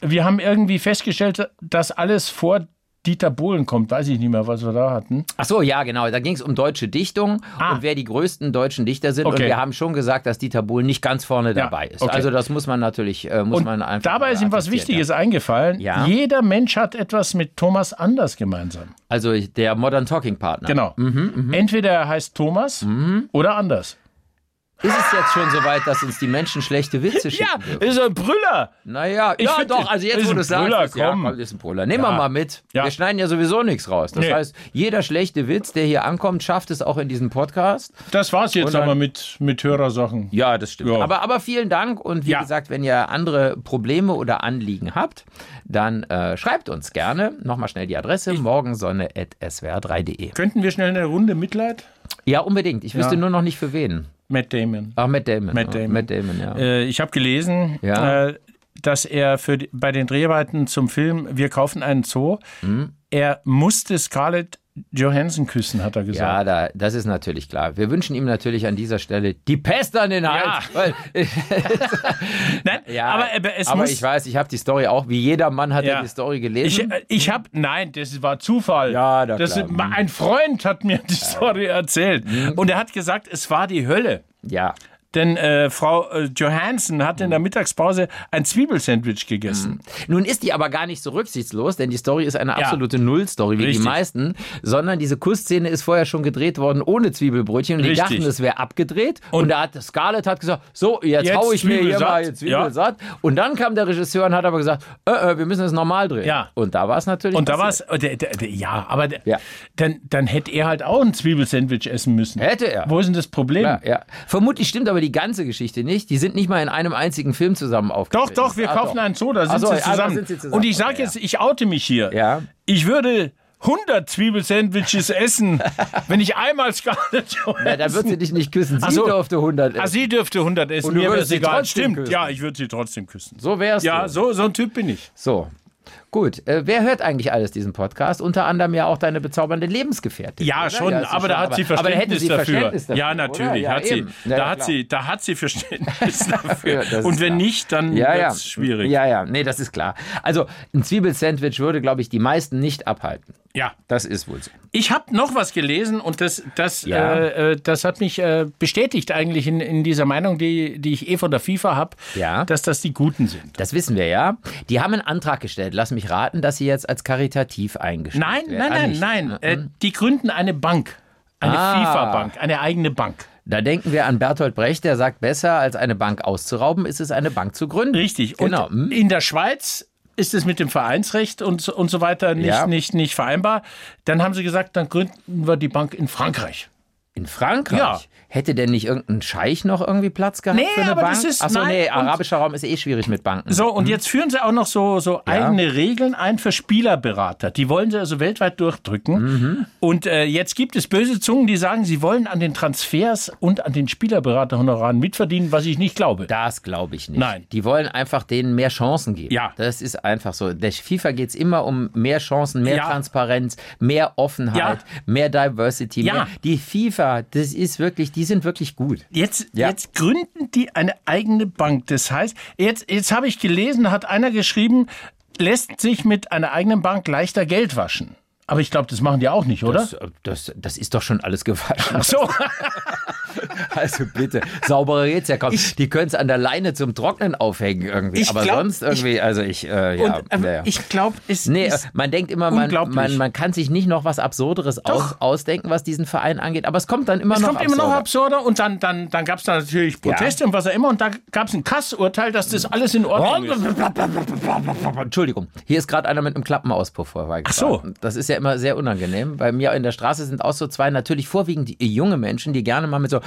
[SPEAKER 3] Wir haben irgendwie festgestellt, dass alles vor Dieter Bohlen kommt. Weiß ich nicht mehr, was wir da hatten.
[SPEAKER 2] Ach so, ja, genau. Da ging es um deutsche Dichtung
[SPEAKER 3] Ah.
[SPEAKER 2] und wer die größten deutschen Dichter sind. Und
[SPEAKER 3] Okay.
[SPEAKER 2] wir haben schon gesagt, dass Dieter Bohlen nicht ganz vorne dabei ist.
[SPEAKER 3] okay.
[SPEAKER 2] Also das muss man natürlich, äh, muss
[SPEAKER 3] Und
[SPEAKER 2] man einfach.
[SPEAKER 3] dabei ist ihm was
[SPEAKER 2] akzeptieren,
[SPEAKER 3] Wichtiges eingefallen.
[SPEAKER 2] Ja.
[SPEAKER 3] Jeder Mensch hat etwas mit Thomas Anders gemeinsam.
[SPEAKER 2] Ja. Also der Modern Talking Partner.
[SPEAKER 3] Genau.
[SPEAKER 2] Mhm,
[SPEAKER 3] Entweder er heißt Thomas oder Anders.
[SPEAKER 2] Ist es jetzt schon so weit, dass uns die Menschen schlechte
[SPEAKER 3] [LAUGHS]
[SPEAKER 2] Witze schicken? dürfen?
[SPEAKER 3] ist ein Brüller.
[SPEAKER 2] Naja, ja
[SPEAKER 3] find,
[SPEAKER 2] doch, also jetzt,
[SPEAKER 3] ist
[SPEAKER 2] wo
[SPEAKER 3] ein
[SPEAKER 2] du es sagst,
[SPEAKER 3] Brüller,
[SPEAKER 2] ist, ja,
[SPEAKER 3] komm.
[SPEAKER 2] komm, ist ein Brüller. Nehmen wir
[SPEAKER 3] Ja.
[SPEAKER 2] mal mit.
[SPEAKER 3] Ja.
[SPEAKER 2] Wir schneiden ja sowieso nichts raus. Das
[SPEAKER 3] Nee.
[SPEAKER 2] heißt, jeder schlechte Witz, der hier ankommt, schafft es auch in diesen Podcast.
[SPEAKER 3] Das war's jetzt
[SPEAKER 2] dann-
[SPEAKER 3] aber mit, mit Hörersachen.
[SPEAKER 2] Ja, das stimmt.
[SPEAKER 3] Ja.
[SPEAKER 2] Aber, aber vielen Dank und wie
[SPEAKER 3] Ja.
[SPEAKER 2] gesagt, wenn ihr andere Probleme oder Anliegen habt, dann äh, schreibt uns gerne. Nochmal schnell die Adresse morgensonne.swr3.de.
[SPEAKER 3] Könnten wir schnell eine Runde Mitleid?
[SPEAKER 2] E. Ja, unbedingt. Ich wüsste
[SPEAKER 3] Ja.
[SPEAKER 2] nur noch nicht für wen.
[SPEAKER 3] Matt Damon.
[SPEAKER 2] Ach, Matt Damon.
[SPEAKER 3] Matt
[SPEAKER 2] Ja,
[SPEAKER 3] Damon.
[SPEAKER 2] Matt Damon ja.
[SPEAKER 3] Äh, ich habe gelesen,
[SPEAKER 2] Ja.
[SPEAKER 3] äh, dass er für die, bei den Dreharbeiten zum Film Wir kaufen einen Zoo,
[SPEAKER 2] Mhm.
[SPEAKER 3] er musste Scarlett Johansson küssen, hat er gesagt.
[SPEAKER 2] Ja, da, das ist natürlich klar. Wir wünschen ihm natürlich an dieser Stelle die Pest an den Hals. Weil,
[SPEAKER 3] Nein,
[SPEAKER 2] ja, [LAUGHS]
[SPEAKER 3] aber, aber es
[SPEAKER 2] aber
[SPEAKER 3] muss.
[SPEAKER 2] ich weiß, ich habe die Story auch, wie jeder Mann hat
[SPEAKER 3] Ja.
[SPEAKER 2] ja die Story
[SPEAKER 3] ich, äh,
[SPEAKER 2] gelesen.
[SPEAKER 3] ich habe, nein, das war Zufall.
[SPEAKER 2] Ja, na
[SPEAKER 3] das,
[SPEAKER 2] klar. Mhm.
[SPEAKER 3] Ein Freund hat mir die Story erzählt. Und er hat gesagt, es war die Hölle.
[SPEAKER 2] ja.
[SPEAKER 3] Denn äh, Frau äh, Johansson hat
[SPEAKER 2] Mhm.
[SPEAKER 3] in der Mittagspause ein Zwiebelsandwich gegessen.
[SPEAKER 2] Nun ist die aber gar nicht so rücksichtslos, denn die Story ist eine
[SPEAKER 3] Ja.
[SPEAKER 2] absolute Null-Story, wie die
[SPEAKER 3] Richtig.
[SPEAKER 2] meisten, sondern diese Kussszene ist vorher schon gedreht worden ohne Zwiebelbrötchen und die
[SPEAKER 3] Richtig.
[SPEAKER 2] dachten, es wäre abgedreht und, da hat Scarlett hat gesagt, so, jetzt,
[SPEAKER 3] Jetzt
[SPEAKER 2] hau ich mir hier
[SPEAKER 3] Zwiebelsatt.
[SPEAKER 2] mal jetzt Zwiebelsatt und dann kam der Regisseur und hat aber gesagt, äh, äh, wir müssen es normal drehen.
[SPEAKER 3] Ja.
[SPEAKER 2] Und da war es natürlich
[SPEAKER 3] Und da war
[SPEAKER 2] passiert.
[SPEAKER 3] es, ja, aber der,
[SPEAKER 2] Also, Ja.
[SPEAKER 3] Dann, dann hätte er halt auch ein Zwiebelsandwich essen müssen.
[SPEAKER 2] Hätte er.
[SPEAKER 3] Wo ist denn das Problem?
[SPEAKER 2] ja, ja. Vermutlich stimmt aber die ganze Geschichte nicht. Die sind nicht mal in einem einzigen Film zusammen
[SPEAKER 3] Doch,
[SPEAKER 2] aufgetreten.
[SPEAKER 3] doch, wir
[SPEAKER 2] Ah,
[SPEAKER 3] kaufen
[SPEAKER 2] doch.
[SPEAKER 3] einen Zoo, da sind,
[SPEAKER 2] so,
[SPEAKER 3] sie
[SPEAKER 2] ah, da
[SPEAKER 3] zusammen.
[SPEAKER 2] sind sie zusammen.
[SPEAKER 3] Und ich sage
[SPEAKER 2] Okay,
[SPEAKER 3] jetzt, ich oute mich hier.
[SPEAKER 2] Ja.
[SPEAKER 3] Ich würde
[SPEAKER 2] [LAUGHS]
[SPEAKER 3] 100 Zwiebelsandwiches essen, wenn ich einmal Scarlett Johansson...
[SPEAKER 2] Ja, da wird sie dich nicht küssen. Sie
[SPEAKER 3] so.
[SPEAKER 2] durfte 100
[SPEAKER 3] Ah,
[SPEAKER 2] essen.
[SPEAKER 3] sie dürfte 100 essen,
[SPEAKER 2] Und du
[SPEAKER 3] mir wäre
[SPEAKER 2] würdest
[SPEAKER 3] es
[SPEAKER 2] sie
[SPEAKER 3] egal.
[SPEAKER 2] trotzdem
[SPEAKER 3] Stimmt,
[SPEAKER 2] küssen.
[SPEAKER 3] ja, ich würde sie trotzdem küssen.
[SPEAKER 2] So wär's.
[SPEAKER 3] Ja,
[SPEAKER 2] du.
[SPEAKER 3] so, so ein Typ bin ich.
[SPEAKER 2] So. Gut, äh, wer hört eigentlich alles diesen Podcast? Unter anderem ja auch deine bezaubernde Lebensgefährtin.
[SPEAKER 3] Ja,
[SPEAKER 2] oder?
[SPEAKER 3] schon,
[SPEAKER 2] ist
[SPEAKER 3] aber da hat sie
[SPEAKER 2] aber- aber da
[SPEAKER 3] Verständnis,
[SPEAKER 2] hätten sie
[SPEAKER 3] dafür.
[SPEAKER 2] Verständnis dafür.
[SPEAKER 3] Ja,
[SPEAKER 2] oder?
[SPEAKER 3] natürlich,
[SPEAKER 2] Ja,
[SPEAKER 3] hat sie.
[SPEAKER 2] eben. Ja,
[SPEAKER 3] da,
[SPEAKER 2] ja,
[SPEAKER 3] hat
[SPEAKER 2] klar.
[SPEAKER 3] sie da hat sie Verständnis
[SPEAKER 2] [LAUGHS]
[SPEAKER 3] dafür.
[SPEAKER 2] das ist
[SPEAKER 3] Und wenn
[SPEAKER 2] klar.
[SPEAKER 3] nicht, dann
[SPEAKER 2] Ja, ja.
[SPEAKER 3] wird es schwierig.
[SPEAKER 2] Ja, ja, nee, das ist klar. Also, ein Zwiebelsandwich würde, glaube ich, die meisten nicht abhalten.
[SPEAKER 3] Ja.
[SPEAKER 2] Das ist wohl so.
[SPEAKER 3] Ich habe noch was gelesen und das, das,
[SPEAKER 2] Ja.
[SPEAKER 3] äh, äh, das hat mich äh, bestätigt eigentlich in, in dieser Meinung, die, die ich eh von der FIFA habe,
[SPEAKER 2] Ja.
[SPEAKER 3] dass das die Guten sind.
[SPEAKER 2] Das wissen wir ja. Die haben einen Antrag gestellt. Lass mich raten, dass sie jetzt als karitativ eingestellt
[SPEAKER 3] Nein,
[SPEAKER 2] werden. Ah,
[SPEAKER 3] nein,
[SPEAKER 2] nicht.
[SPEAKER 3] nein, nein. Äh, die gründen eine Bank. Eine
[SPEAKER 2] Ah.
[SPEAKER 3] FIFA-Bank, eine eigene Bank.
[SPEAKER 2] Da denken wir an Bertolt Brecht, der sagt, besser als eine Bank auszurauben, ist es eine Bank zu gründen.
[SPEAKER 3] Richtig.
[SPEAKER 2] Genau.
[SPEAKER 3] Und
[SPEAKER 2] Hm.
[SPEAKER 3] in der Schweiz ist es mit dem Vereinsrecht und, so- und so weiter nicht,
[SPEAKER 2] Ja.
[SPEAKER 3] nicht, nicht vereinbar. Dann haben sie gesagt, dann gründen wir die Bank in Frankreich.
[SPEAKER 2] In Frankreich?
[SPEAKER 3] Ja.
[SPEAKER 2] Hätte denn nicht irgendein Scheich noch irgendwie Platz gehabt
[SPEAKER 3] Nee,
[SPEAKER 2] für eine
[SPEAKER 3] aber
[SPEAKER 2] Bank?
[SPEAKER 3] das ist-
[SPEAKER 2] Achso,
[SPEAKER 3] nein,
[SPEAKER 2] nee,
[SPEAKER 3] und-
[SPEAKER 2] arabischer Raum ist eh schwierig mit Banken.
[SPEAKER 3] So, und jetzt führen sie auch noch so, so eigene Regeln ein für Spielerberater. Die wollen sie also weltweit
[SPEAKER 2] Mhm.
[SPEAKER 3] durchdrücken. Und äh, jetzt gibt es böse Zungen, die sagen, sie wollen an den Transfers und an den Spielerberaterhonoraren mitverdienen, was ich nicht glaube.
[SPEAKER 2] Das glaube ich nicht.
[SPEAKER 3] Nein.
[SPEAKER 2] Die wollen einfach denen mehr Chancen geben.
[SPEAKER 3] Ja.
[SPEAKER 2] Das ist einfach so. Der FIFA geht es immer um mehr Chancen, mehr
[SPEAKER 3] Ja.
[SPEAKER 2] Transparenz, mehr Offenheit,
[SPEAKER 3] Ja.
[SPEAKER 2] mehr Diversity.
[SPEAKER 3] Ja.
[SPEAKER 2] Mehr. Die FIFA, das ist wirklich, die sind wirklich gut.
[SPEAKER 3] Jetzt,
[SPEAKER 2] Ja.
[SPEAKER 3] jetzt gründen die eine eigene Bank. Das heißt, jetzt, jetzt habe ich gelesen, hat einer geschrieben, lässt sich mit einer eigenen Bank leichter Geld waschen. Aber ich glaube, das machen die auch nicht, oder?
[SPEAKER 2] Das, das, das ist doch schon alles gewaschen.
[SPEAKER 3] [LAUGHS] Ach so,
[SPEAKER 2] Also bitte, sauberer geht's ja kaum. die können es an der Leine zum Trocknen aufhängen irgendwie.
[SPEAKER 3] Ich
[SPEAKER 2] Aber
[SPEAKER 3] glaub,
[SPEAKER 2] sonst irgendwie, also ich, äh, ja.
[SPEAKER 3] und, äh,
[SPEAKER 2] naja.
[SPEAKER 3] ich glaube, es
[SPEAKER 2] Nee, äh,
[SPEAKER 3] ist.
[SPEAKER 2] man denkt immer, man,
[SPEAKER 3] unglaublich.
[SPEAKER 2] man, man kann sich nicht noch was Absurderes aus, ausdenken, was diesen Verein angeht. Aber es kommt dann immer
[SPEAKER 3] Es
[SPEAKER 2] noch
[SPEAKER 3] kommt immer noch
[SPEAKER 2] absurder.
[SPEAKER 3] absurder und dann, dann, dann gab es da natürlich Proteste und was auch immer und da gab es ein Kassurteil, dass das alles in Ordnung ist.
[SPEAKER 2] Entschuldigung, hier ist gerade einer mit einem Klappenauspuff vorbeigefahren.
[SPEAKER 3] Ach so.
[SPEAKER 2] Das ist ja immer sehr unangenehm. Bei mir in der Straße sind auch so zwei natürlich vorwiegend junge Menschen, die gerne mal mit so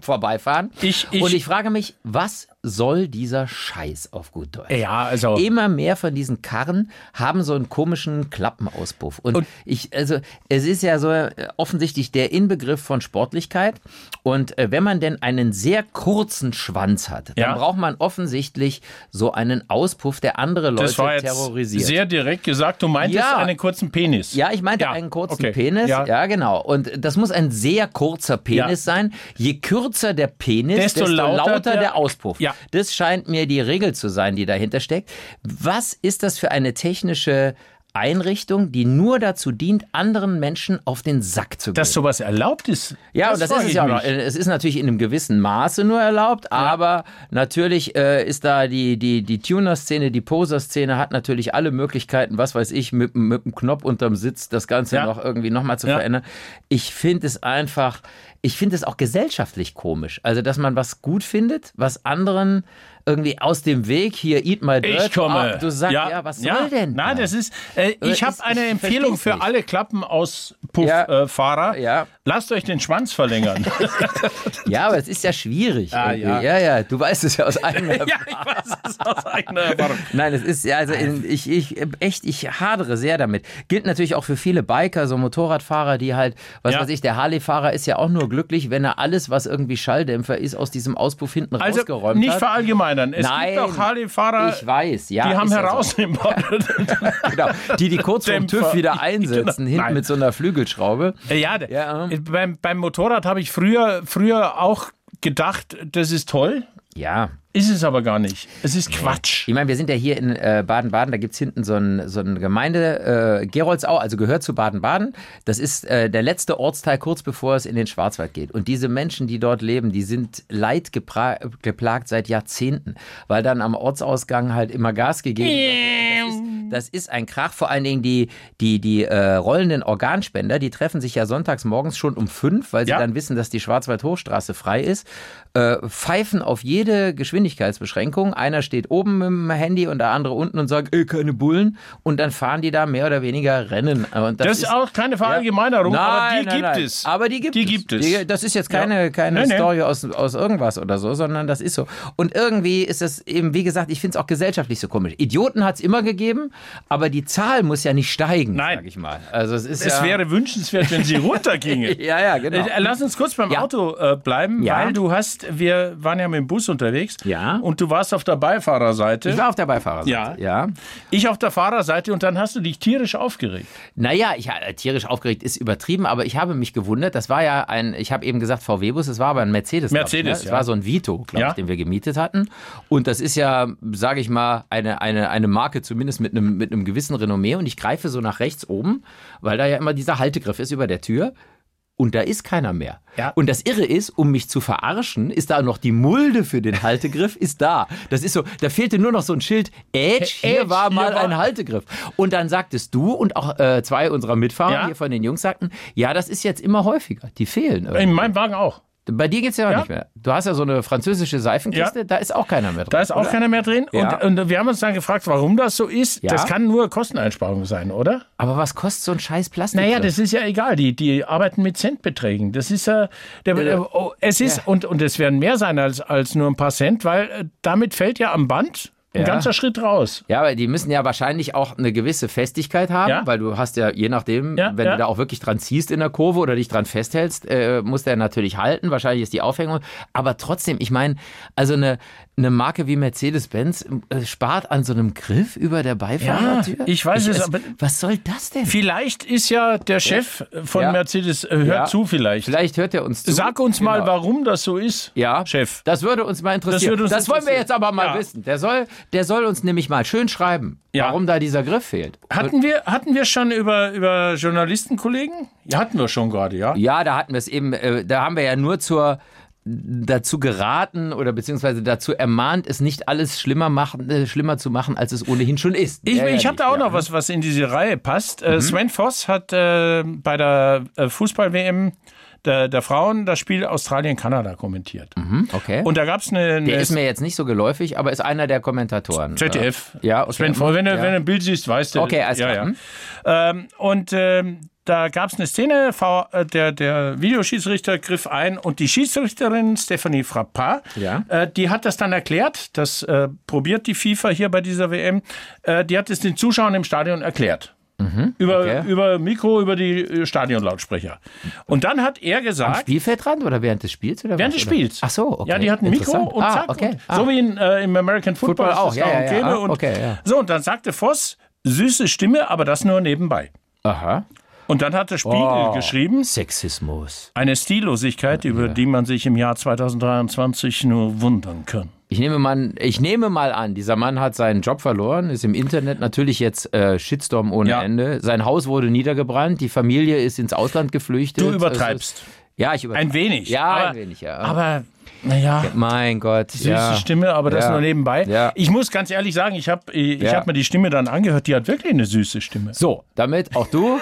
[SPEAKER 2] vorbeifahren.
[SPEAKER 3] Ich- ich-
[SPEAKER 2] Und ich frage mich, was soll dieser Scheiß auf gut Deutsch?
[SPEAKER 3] [LAUGHS] Ja, also.
[SPEAKER 2] Immer mehr von diesen Karren haben so einen komischen Klappenauspuff. Und, ich, also, es ist ja so äh, offensichtlich der Inbegriff von Sportlichkeit. Und äh, wenn man denn einen sehr kurzen Schwanz hat, dann
[SPEAKER 3] Ja.
[SPEAKER 2] braucht man offensichtlich so einen Auspuff, der andere Leute
[SPEAKER 3] Das war jetzt
[SPEAKER 2] terrorisiert.
[SPEAKER 3] sehr direkt gesagt. Du meintest
[SPEAKER 2] Ja.
[SPEAKER 3] einen kurzen Penis.
[SPEAKER 2] ja, ich meinte
[SPEAKER 3] Ja,
[SPEAKER 2] einen kurzen
[SPEAKER 3] okay.
[SPEAKER 2] Penis.
[SPEAKER 3] Ja.
[SPEAKER 2] Ja. genau. Und das muss ein sehr kurzer Penis
[SPEAKER 3] Ja.
[SPEAKER 2] sein. Je kürzer der Penis,
[SPEAKER 3] Desto
[SPEAKER 2] desto,
[SPEAKER 3] lauter
[SPEAKER 2] lauter,
[SPEAKER 3] der-
[SPEAKER 2] der, Auspuff.
[SPEAKER 3] Ja.
[SPEAKER 2] Das scheint mir die Regel zu sein, die dahinter steckt. Was ist das für eine technische Einrichtung, die nur dazu dient, anderen Menschen auf den Sack zu gehen?
[SPEAKER 3] Dass sowas erlaubt ist.
[SPEAKER 2] Ja, und das
[SPEAKER 3] frag
[SPEAKER 2] ist es
[SPEAKER 3] ich
[SPEAKER 2] ja auch
[SPEAKER 3] mich.
[SPEAKER 2] noch. Äh, Es ist natürlich in einem gewissen Maße nur erlaubt, aber natürlich äh, ist da die, die, die Tuner-Szene, die Poser-Szene hat natürlich alle Möglichkeiten, was weiß ich, mit, mit dem Knopf unterm Sitz das Ganze
[SPEAKER 3] Ja.
[SPEAKER 2] noch irgendwie nochmal zu
[SPEAKER 3] Ja.
[SPEAKER 2] verändern. Ich finde es einfach, ich finde es auch gesellschaftlich komisch. Also, dass man was gut findet, was anderen irgendwie aus dem Weg hier, eat my dirt.
[SPEAKER 3] Ich komme.
[SPEAKER 2] ah, Du sagst, ja, was soll denn?
[SPEAKER 3] Nein,
[SPEAKER 2] da?
[SPEAKER 3] das ist. Äh, ich
[SPEAKER 2] ist-
[SPEAKER 3] habe eine
[SPEAKER 2] ich
[SPEAKER 3] Empfehlung
[SPEAKER 2] versteh's
[SPEAKER 3] für
[SPEAKER 2] nicht.
[SPEAKER 3] alle Klappenauspufffahrer.
[SPEAKER 2] Ja.
[SPEAKER 3] Äh, Fahrer.
[SPEAKER 2] Ja.
[SPEAKER 3] Lasst euch den
[SPEAKER 2] [LAUGHS]
[SPEAKER 3] Schwanz verlängern.
[SPEAKER 2] ja, aber es ist ja schwierig.
[SPEAKER 3] Ah,
[SPEAKER 2] irgendwie. ja,
[SPEAKER 3] ja.
[SPEAKER 2] ja, du weißt es ja
[SPEAKER 3] [LAUGHS]
[SPEAKER 2] aus eigener Erfahrung.
[SPEAKER 3] ich weiß es aus
[SPEAKER 2] [LAUGHS]
[SPEAKER 3] eigener Erfahrung.
[SPEAKER 2] Nein, es ist ja, also in, ich, ich, echt, ich hadere sehr damit. Gilt natürlich auch für viele Biker, so Motorradfahrer, die halt, was
[SPEAKER 3] Ja.
[SPEAKER 2] weiß ich, der Harley-Fahrer ist ja auch nur glücklich, wenn er alles, was irgendwie Schalldämpfer ist, aus diesem Auspuff hinten
[SPEAKER 3] Also
[SPEAKER 2] rausgeräumt
[SPEAKER 3] nicht
[SPEAKER 2] hat.
[SPEAKER 3] verallgemeinern. Es
[SPEAKER 2] Nein.
[SPEAKER 3] gibt auch Harley-Fahrer,
[SPEAKER 2] Ich weiß, ja.
[SPEAKER 3] die haben
[SPEAKER 2] ist ja
[SPEAKER 3] herausnehmbar.
[SPEAKER 2] So. Genau. Die, die kurz vorm
[SPEAKER 3] [LAUGHS] Dämpfer.
[SPEAKER 2] TÜV wieder einsetzen,
[SPEAKER 3] Genau.
[SPEAKER 2] hinten
[SPEAKER 3] Nein.
[SPEAKER 2] mit so einer Flügelschraube.
[SPEAKER 3] [LAUGHS] Ja, d-
[SPEAKER 2] Ja,
[SPEAKER 3] äh, beim, beim Motorrad habe ich früher, früher auch gedacht, das ist toll.
[SPEAKER 2] Ja.
[SPEAKER 3] Ist es aber gar nicht. Es ist Quatsch.
[SPEAKER 2] Ich meine, wir sind ja hier in äh, Baden-Baden, da gibt es hinten so ein so ein Gemeinde, äh, Geroldsau, also gehört zu Baden-Baden. Das ist äh, der letzte Ortsteil kurz bevor es in den Schwarzwald geht. Und diese Menschen, die dort leben, die sind leidgepra- geplagt seit Jahrzehnten, weil dann am Ortsausgang halt immer Gas gegeben wird.
[SPEAKER 3] Mhm.
[SPEAKER 2] Und Das ist, das ist ein Krach, vor allen Dingen die, die, die äh, rollenden Organspender, die treffen sich ja sonntags morgens schon um fünf, weil sie
[SPEAKER 3] Ja.
[SPEAKER 2] dann wissen, dass die Schwarzwald-Hochstraße frei ist, äh, pfeifen auf jede Geschwindigkeitsbeschränkung. Einer steht oben mit dem Handy und der andere unten und sagt, ey, keine Bullen. Und dann fahren die da mehr oder weniger Rennen. Und
[SPEAKER 3] Das ist auch keine Verallgemeinerung,
[SPEAKER 2] nein,
[SPEAKER 3] aber die
[SPEAKER 2] nein,
[SPEAKER 3] gibt
[SPEAKER 2] nein.
[SPEAKER 3] es.
[SPEAKER 2] Aber die gibt
[SPEAKER 3] Die
[SPEAKER 2] es.
[SPEAKER 3] gibt es.
[SPEAKER 2] das ist jetzt keine,
[SPEAKER 3] Ja.
[SPEAKER 2] keine
[SPEAKER 3] Nee, nee.
[SPEAKER 2] Story aus, aus irgendwas oder so, sondern das ist so. Und irgendwie ist das eben, wie gesagt, ich finde es auch gesellschaftlich so komisch. Idioten hat es immer gegeben, aber die Zahl muss ja nicht steigen,
[SPEAKER 3] Nein.
[SPEAKER 2] sag ich mal. Also es ist
[SPEAKER 3] Es
[SPEAKER 2] ja, [LAUGHS]
[SPEAKER 3] wäre wünschenswert, wenn sie runterginge.
[SPEAKER 2] Ja, ja, genau.
[SPEAKER 3] Äh, Lass uns kurz beim
[SPEAKER 2] Ja.
[SPEAKER 3] Auto äh, bleiben,
[SPEAKER 2] Ja.
[SPEAKER 3] weil du hast, wir waren ja mit dem Bus unterwegs
[SPEAKER 2] Ja.
[SPEAKER 3] Und du warst auf der Beifahrerseite.
[SPEAKER 2] Ich war auf der Beifahrerseite. Ja. ja.
[SPEAKER 3] Ich auf der Fahrerseite und dann hast du dich tierisch aufgeregt.
[SPEAKER 2] Naja, ich, äh, tierisch aufgeregt ist übertrieben, aber ich habe mich gewundert. Das war ja ein, ich habe eben gesagt VW-Bus, es war aber ein Mercedes. glaub
[SPEAKER 3] Mercedes,
[SPEAKER 2] Ich, ne?
[SPEAKER 3] ja.
[SPEAKER 2] Es war so ein Vito, glaube
[SPEAKER 3] Ja.
[SPEAKER 2] ich, den wir gemietet hatten. Und das ist ja, sage ich mal, eine, eine, eine Marke zumindest mit einem, mit einem gewissen Renommee. Und ich greife so nach rechts oben, weil da ja immer dieser Haltegriff ist über der Tür. Und da ist keiner mehr.
[SPEAKER 3] Ja.
[SPEAKER 2] Und das Irre ist, um mich zu verarschen, ist da noch die Mulde für den Haltegriff, ist da. Das ist so, da fehlte nur noch so ein Schild. Edge, hier
[SPEAKER 3] Edge,
[SPEAKER 2] war
[SPEAKER 3] hier
[SPEAKER 2] mal
[SPEAKER 3] war-
[SPEAKER 2] ein Haltegriff. Und dann sagtest du und auch äh, zwei unserer Mitfahrer
[SPEAKER 3] Ja.
[SPEAKER 2] hier von den Jungs sagten, ja, das ist jetzt immer häufiger. Die fehlen. irgendwie.
[SPEAKER 3] In meinem Wagen auch.
[SPEAKER 2] Bei dir geht's ja auch
[SPEAKER 3] Ja.
[SPEAKER 2] nicht mehr. Du hast ja so eine französische Seifenkiste,
[SPEAKER 3] Ja.
[SPEAKER 2] da ist auch keiner mehr drin.
[SPEAKER 3] Da ist auch
[SPEAKER 2] oder?
[SPEAKER 3] keiner mehr drin.
[SPEAKER 2] Ja.
[SPEAKER 3] Und, und wir haben uns dann gefragt, warum das so ist.
[SPEAKER 2] Ja.
[SPEAKER 3] Das kann nur Kosteneinsparung sein, oder?
[SPEAKER 2] Aber was kostet so ein scheiß Plastik?
[SPEAKER 3] Naja, das ist ja egal. Die, die arbeiten mit Centbeträgen. Das ist ja. Der,
[SPEAKER 2] Ja.
[SPEAKER 3] oh, es ist, und, und es werden mehr sein als, als nur ein paar Cent, weil äh, damit fällt ja am Band ein
[SPEAKER 2] Ja.
[SPEAKER 3] ganzer Schritt raus.
[SPEAKER 2] ja, aber die müssen ja wahrscheinlich auch eine gewisse Festigkeit haben,
[SPEAKER 3] Ja.
[SPEAKER 2] weil du hast ja, je nachdem,
[SPEAKER 3] Ja,
[SPEAKER 2] wenn
[SPEAKER 3] ja.
[SPEAKER 2] du da auch wirklich dran ziehst in der Kurve oder dich dran festhältst, äh, muss der natürlich halten. Wahrscheinlich ist die Aufhängung. Aber trotzdem, ich meine, also eine, eine Marke wie Mercedes-Benz äh, spart an so einem Griff über der Beifahrertür.
[SPEAKER 3] Ja, ich weiß es, aber-
[SPEAKER 2] Was soll das denn?
[SPEAKER 3] Vielleicht ist ja der Chef von
[SPEAKER 2] Ja.
[SPEAKER 3] Mercedes, äh, hört
[SPEAKER 2] Ja.
[SPEAKER 3] zu vielleicht.
[SPEAKER 2] Vielleicht hört er uns zu.
[SPEAKER 3] Sag uns mal,
[SPEAKER 2] Genau.
[SPEAKER 3] warum das so ist,
[SPEAKER 2] Ja,
[SPEAKER 3] Chef.
[SPEAKER 2] Das würde uns mal interessieren. Das,
[SPEAKER 3] würde uns
[SPEAKER 2] wollen wir
[SPEAKER 3] interessieren.
[SPEAKER 2] jetzt aber mal
[SPEAKER 3] Ja.
[SPEAKER 2] wissen. Der soll, der soll uns nämlich mal schön schreiben,
[SPEAKER 3] Ja.
[SPEAKER 2] warum da dieser Griff fehlt.
[SPEAKER 3] Hatten wir, hatten wir schon über, über Journalistenkollegen? Ja, hatten wir schon gerade, ja.
[SPEAKER 2] Ja, da hatten wir es eben, äh, da haben wir ja nur zur dazu geraten oder beziehungsweise dazu ermahnt, es nicht alles schlimmer, machen, äh, schlimmer zu machen, als es ohnehin schon ist.
[SPEAKER 3] Ich,
[SPEAKER 2] Ja, ja,
[SPEAKER 3] ich habe
[SPEAKER 2] nicht,
[SPEAKER 3] da auch
[SPEAKER 2] ja. Mhm.
[SPEAKER 3] noch was, was in diese Reihe passt. Äh, Sven Voss hat äh, bei der äh, Fußball-WM der, der Frauen das Spiel Australien-Kanada kommentiert.
[SPEAKER 2] Hm, Okay.
[SPEAKER 3] Und da gab es eine,
[SPEAKER 2] der
[SPEAKER 3] eine
[SPEAKER 2] ist mir jetzt nicht so geläufig, aber ist einer der Kommentatoren.
[SPEAKER 3] ZDF.
[SPEAKER 2] Ja, okay.
[SPEAKER 3] Sven Voss, wenn du,
[SPEAKER 2] Ja.
[SPEAKER 3] wenn du ein Bild siehst, weißt du.
[SPEAKER 2] Okay, alles
[SPEAKER 3] ja,
[SPEAKER 2] klar.
[SPEAKER 3] ja.
[SPEAKER 2] Hm?
[SPEAKER 3] Ähm, und ähm, da gab es eine Szene, V- äh, der, der Videoschiedsrichter griff ein und die Schiedsrichterin Stephanie Frappard,
[SPEAKER 2] Ja.
[SPEAKER 3] äh, die hat das dann erklärt, das äh, probiert die FIFA hier bei dieser WM, äh, die hat es den Zuschauern im Stadion erklärt. Über,
[SPEAKER 2] Mhm. okay.
[SPEAKER 3] über Mikro, über die äh, Stadionlautsprecher. Und dann hat er gesagt,
[SPEAKER 2] Spielfeldrand oder während des Spiels? Oder
[SPEAKER 3] während
[SPEAKER 2] was,
[SPEAKER 3] des
[SPEAKER 2] oder?
[SPEAKER 3] Spiels.
[SPEAKER 2] Ach so, okay.
[SPEAKER 3] Ja, die hatten ein Mikro
[SPEAKER 2] Interessant.
[SPEAKER 3] und
[SPEAKER 2] ah,
[SPEAKER 3] zack.
[SPEAKER 2] Okay.
[SPEAKER 3] Und,
[SPEAKER 2] Ah.
[SPEAKER 3] So wie in, äh, im American Football,
[SPEAKER 2] Football
[SPEAKER 3] ist
[SPEAKER 2] auch,
[SPEAKER 3] das
[SPEAKER 2] ja,
[SPEAKER 3] gang
[SPEAKER 2] ja,
[SPEAKER 3] und
[SPEAKER 2] ja.
[SPEAKER 3] gäbe
[SPEAKER 2] Ah,
[SPEAKER 3] und
[SPEAKER 2] okay, ja.
[SPEAKER 3] So, und dann sagte Voss, süße Stimme, aber das nur nebenbei.
[SPEAKER 2] Aha.
[SPEAKER 3] Und dann hat der Spiegel
[SPEAKER 2] Oh.
[SPEAKER 3] geschrieben,
[SPEAKER 2] Sexismus.
[SPEAKER 3] eine Stillosigkeit, über die man sich im Jahr 2023 nur wundern kann.
[SPEAKER 2] Ich nehme, mal, an- ich nehme mal an, dieser Mann hat seinen Job verloren, ist im Internet natürlich jetzt äh, Shitstorm ohne
[SPEAKER 3] Ja.
[SPEAKER 2] Ende. Sein Haus wurde niedergebrannt, die Familie ist ins Ausland geflüchtet.
[SPEAKER 3] Du übertreibst.
[SPEAKER 2] Also es- ja, ich übertreibe.
[SPEAKER 3] Ein wenig.
[SPEAKER 2] Ja,
[SPEAKER 3] aber,
[SPEAKER 2] ein wenig, ja.
[SPEAKER 3] Aber, naja.
[SPEAKER 2] mein Gott.
[SPEAKER 3] Süße
[SPEAKER 2] ja.
[SPEAKER 3] Stimme, aber das
[SPEAKER 2] Ja.
[SPEAKER 3] nur nebenbei.
[SPEAKER 2] Ja.
[SPEAKER 3] Ich muss ganz ehrlich sagen, ich habe ich
[SPEAKER 2] Ja.
[SPEAKER 3] hab mir die Stimme dann angehört, die hat wirklich eine süße Stimme.
[SPEAKER 2] So, damit auch du.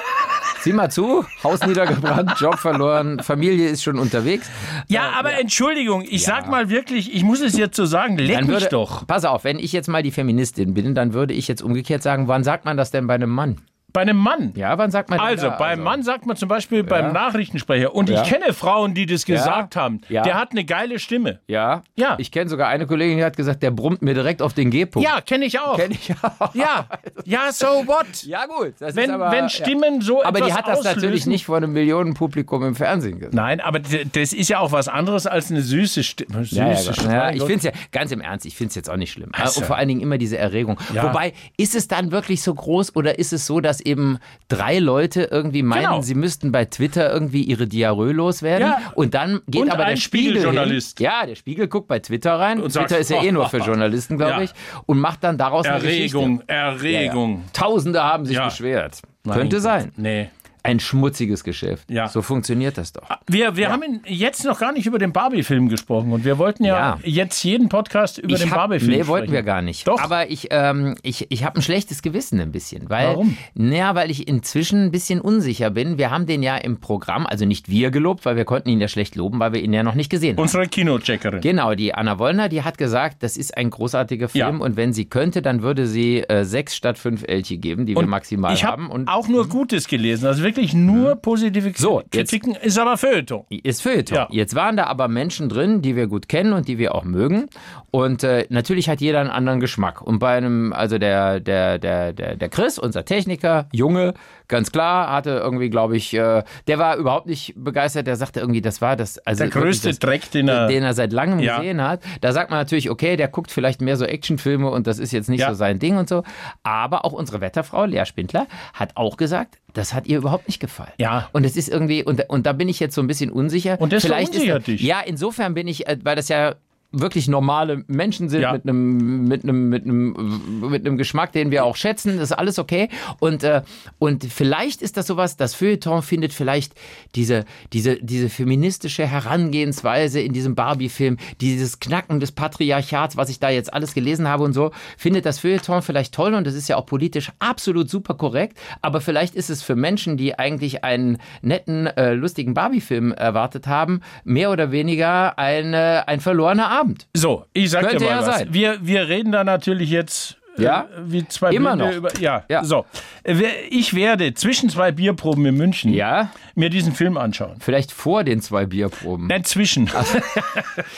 [SPEAKER 2] Sieh mal zu, Haus niedergebrannt, Job verloren, Familie ist schon unterwegs.
[SPEAKER 3] Ja, aber Entschuldigung, ich sag mal wirklich, ich muss es jetzt so sagen, leck
[SPEAKER 2] Dann
[SPEAKER 3] mich
[SPEAKER 2] würde,
[SPEAKER 3] doch.
[SPEAKER 2] Pass auf, wenn ich jetzt mal die Feministin bin, dann würde ich jetzt umgekehrt sagen, wann sagt man das denn bei einem Mann?
[SPEAKER 3] Bei einem Mann.
[SPEAKER 2] Ja, wann sagt man denn
[SPEAKER 3] Also,
[SPEAKER 2] da?
[SPEAKER 3] beim Mann sagt man zum Beispiel beim Nachrichtensprecher, und
[SPEAKER 2] Ja.
[SPEAKER 3] ich kenne Frauen, die das gesagt haben,
[SPEAKER 2] Ja.
[SPEAKER 3] der hat eine geile Stimme.
[SPEAKER 2] Ja.
[SPEAKER 3] Ja.
[SPEAKER 2] Ich kenne sogar eine Kollegin, die hat gesagt, der brummt mir direkt auf den G-Punkt.
[SPEAKER 3] Ja, kenne ich auch.
[SPEAKER 2] Kenn ich auch. [LAUGHS]
[SPEAKER 3] Ja, ja, so what?
[SPEAKER 2] Ja, gut. Das
[SPEAKER 3] Wenn,
[SPEAKER 2] ist aber,
[SPEAKER 3] wenn Stimmen so
[SPEAKER 2] ja. Aber
[SPEAKER 3] etwas
[SPEAKER 2] die hat das
[SPEAKER 3] auslösen.
[SPEAKER 2] natürlich nicht vor einem Millionenpublikum im Fernsehen gesagt.
[SPEAKER 3] Nein, aber d- das ist ja auch was anderes als eine süße Stimme. Süße
[SPEAKER 2] Ja, ja,
[SPEAKER 3] Stimme.
[SPEAKER 2] ja, ich finde es ja, ganz im Ernst, ich finde es jetzt auch nicht schlimm.
[SPEAKER 3] Also.
[SPEAKER 2] Und vor allen Dingen immer diese Erregung.
[SPEAKER 3] Ja.
[SPEAKER 2] Wobei, ist es dann wirklich so groß oder ist es so, dass eben drei Leute irgendwie meinen,
[SPEAKER 3] Genau.
[SPEAKER 2] sie müssten bei Twitter irgendwie ihre Diarrhoe loswerden?
[SPEAKER 3] Ja.
[SPEAKER 2] Und dann geht
[SPEAKER 3] Und
[SPEAKER 2] aber der
[SPEAKER 3] ein
[SPEAKER 2] Spiegel.
[SPEAKER 3] Spiegeljournalist.
[SPEAKER 2] Hin. Ja, der Spiegel guckt bei Twitter rein.
[SPEAKER 3] Und
[SPEAKER 2] Twitter
[SPEAKER 3] sagt, "Oh,
[SPEAKER 2] ist ja eh nur für Journalisten, glaube
[SPEAKER 3] Ja.
[SPEAKER 2] ich. Und macht dann daraus eine Geschichte.
[SPEAKER 3] Erregung, Erregung.
[SPEAKER 2] Tausende haben sich
[SPEAKER 3] Ja.
[SPEAKER 2] beschwert.
[SPEAKER 3] Mein
[SPEAKER 2] Könnte
[SPEAKER 3] Gott.
[SPEAKER 2] sein.
[SPEAKER 3] Nee.
[SPEAKER 2] Ein schmutziges Geschäft.
[SPEAKER 3] Ja.
[SPEAKER 2] So funktioniert das doch.
[SPEAKER 3] Wir, wir haben jetzt noch gar nicht über den Barbie-Film gesprochen und wir wollten ja,
[SPEAKER 2] Ja.
[SPEAKER 3] jetzt jeden Podcast über den
[SPEAKER 2] hab-
[SPEAKER 3] Barbie-Film
[SPEAKER 2] Nee,
[SPEAKER 3] sprechen.
[SPEAKER 2] wollten wir gar nicht.
[SPEAKER 3] Doch.
[SPEAKER 2] Aber ich, ähm, ich, ich habe ein schlechtes Gewissen ein bisschen. Weil,
[SPEAKER 3] Warum?
[SPEAKER 2] Naja, weil ich inzwischen ein bisschen unsicher bin. Wir haben den ja im Programm, also nicht wir gelobt, weil wir konnten ihn ja schlecht loben, weil wir ihn ja noch nicht gesehen haben.
[SPEAKER 3] Unsere Kinocheckerin.
[SPEAKER 2] Genau, die Anna Wollner, die hat gesagt, das ist ein großartiger Film
[SPEAKER 3] Ja.
[SPEAKER 2] und wenn sie könnte, dann würde sie äh, sechs statt fünf Elche geben, die wir maximal
[SPEAKER 3] ich hab
[SPEAKER 2] haben. Und Mhm.
[SPEAKER 3] auch nur Gutes gelesen. Also wirklich nur positive K-
[SPEAKER 2] So, jetzt-
[SPEAKER 3] Kritiken, ist aber Feuilleton.
[SPEAKER 2] Ist Feuilleton.
[SPEAKER 3] Ja.
[SPEAKER 2] Jetzt waren da aber Menschen drin, die wir gut kennen und die wir auch mögen. Und äh, natürlich hat jeder einen anderen Geschmack. Und bei einem, also der, der, der, der, der Chris, unser Techniker, Junge, ganz klar, hatte irgendwie, glaube ich, äh, der war überhaupt nicht begeistert. Der sagte irgendwie, das war das. Also
[SPEAKER 3] Der größte
[SPEAKER 2] wirklich das,
[SPEAKER 3] Dreck, den er.
[SPEAKER 2] den er seit langem
[SPEAKER 3] Ja.
[SPEAKER 2] gesehen hat. Da sagt man natürlich, okay, der guckt vielleicht mehr so Actionfilme und das ist jetzt nicht
[SPEAKER 3] Ja.
[SPEAKER 2] so sein Ding und so. Aber auch unsere Wetterfrau, Lea Spindler, hat auch gesagt, das hat ihr überhaupt nicht gefallen.
[SPEAKER 3] Ja.
[SPEAKER 2] Und es ist irgendwie, und, und da bin ich jetzt so ein bisschen unsicher.
[SPEAKER 3] Und das
[SPEAKER 2] Vielleicht ist,
[SPEAKER 3] verunsichert dich.
[SPEAKER 2] Ja, insofern bin ich, äh, weil das ja wirklich normale Menschen sind
[SPEAKER 3] Ja.
[SPEAKER 2] mit einem mit einem mit einem mit einem Geschmack, den wir auch schätzen, das ist alles okay und äh, und vielleicht ist das sowas, das Feuilleton findet vielleicht diese diese diese feministische Herangehensweise in diesem Barbie Film, dieses Knacken des Patriarchats, was ich da jetzt alles gelesen habe und so, findet das Feuilleton vielleicht toll und das ist ja auch politisch absolut super korrekt, aber vielleicht ist es für Menschen, die eigentlich einen netten äh, lustigen Barbie Film erwartet haben, mehr oder weniger eine, ein verlorener Abend.
[SPEAKER 3] So, ich sag dir
[SPEAKER 2] Könnte
[SPEAKER 3] mal
[SPEAKER 2] ja
[SPEAKER 3] was.
[SPEAKER 2] sein.
[SPEAKER 3] Wir, wir reden da natürlich jetzt äh,
[SPEAKER 2] Ja.
[SPEAKER 3] wie zwei
[SPEAKER 2] Immer
[SPEAKER 3] Blinde
[SPEAKER 2] noch.
[SPEAKER 3] über. Ja,
[SPEAKER 2] Ja.
[SPEAKER 3] so. Äh, wer- Ich werde zwischen zwei Bierproben in München
[SPEAKER 2] Ja,
[SPEAKER 3] mir diesen Film anschauen.
[SPEAKER 2] vielleicht vor den zwei Bierproben.
[SPEAKER 3] Nein, zwischen. [LAUGHS]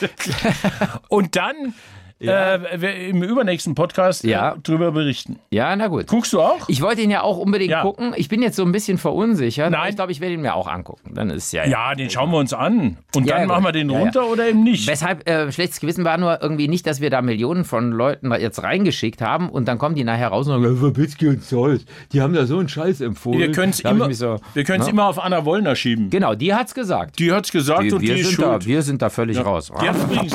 [SPEAKER 3] Und dann äh, wir im übernächsten Podcast äh,
[SPEAKER 2] Ja.
[SPEAKER 3] drüber berichten.
[SPEAKER 2] Ja, na gut.
[SPEAKER 3] Guckst du auch?
[SPEAKER 2] Ich wollte ihn ja auch unbedingt
[SPEAKER 3] Ja.
[SPEAKER 2] gucken. Ich bin jetzt so ein bisschen verunsichert. aber
[SPEAKER 3] Nein.
[SPEAKER 2] Ich glaube, ich werde ihn mir auch angucken. Dann ist ja.
[SPEAKER 3] Ja, den schauen wir uns an. Und
[SPEAKER 2] Ja,
[SPEAKER 3] dann
[SPEAKER 2] ja,
[SPEAKER 3] machen
[SPEAKER 2] gut.
[SPEAKER 3] wir den
[SPEAKER 2] Ja, ja.
[SPEAKER 3] runter oder eben nicht.
[SPEAKER 2] Weshalb äh, schlechtes Gewissen war nur irgendwie nicht, dass wir da Millionen von Leuten jetzt reingeschickt haben und dann kommen die nachher raus und sagen, "Ja, Verbitski und Zolls, die haben da so einen Scheiß empfohlen.
[SPEAKER 3] Wir können es
[SPEAKER 2] Da hab ich
[SPEAKER 3] immer,
[SPEAKER 2] mich so,
[SPEAKER 3] wir können's
[SPEAKER 2] ne?
[SPEAKER 3] immer auf Anna Wollner schieben.
[SPEAKER 2] Genau, die hat's gesagt.
[SPEAKER 3] Die hat's gesagt
[SPEAKER 2] wir,
[SPEAKER 3] und die ist
[SPEAKER 2] sind
[SPEAKER 3] schuld.
[SPEAKER 2] da, wir sind da völlig raus.
[SPEAKER 3] Die, hat übrigens,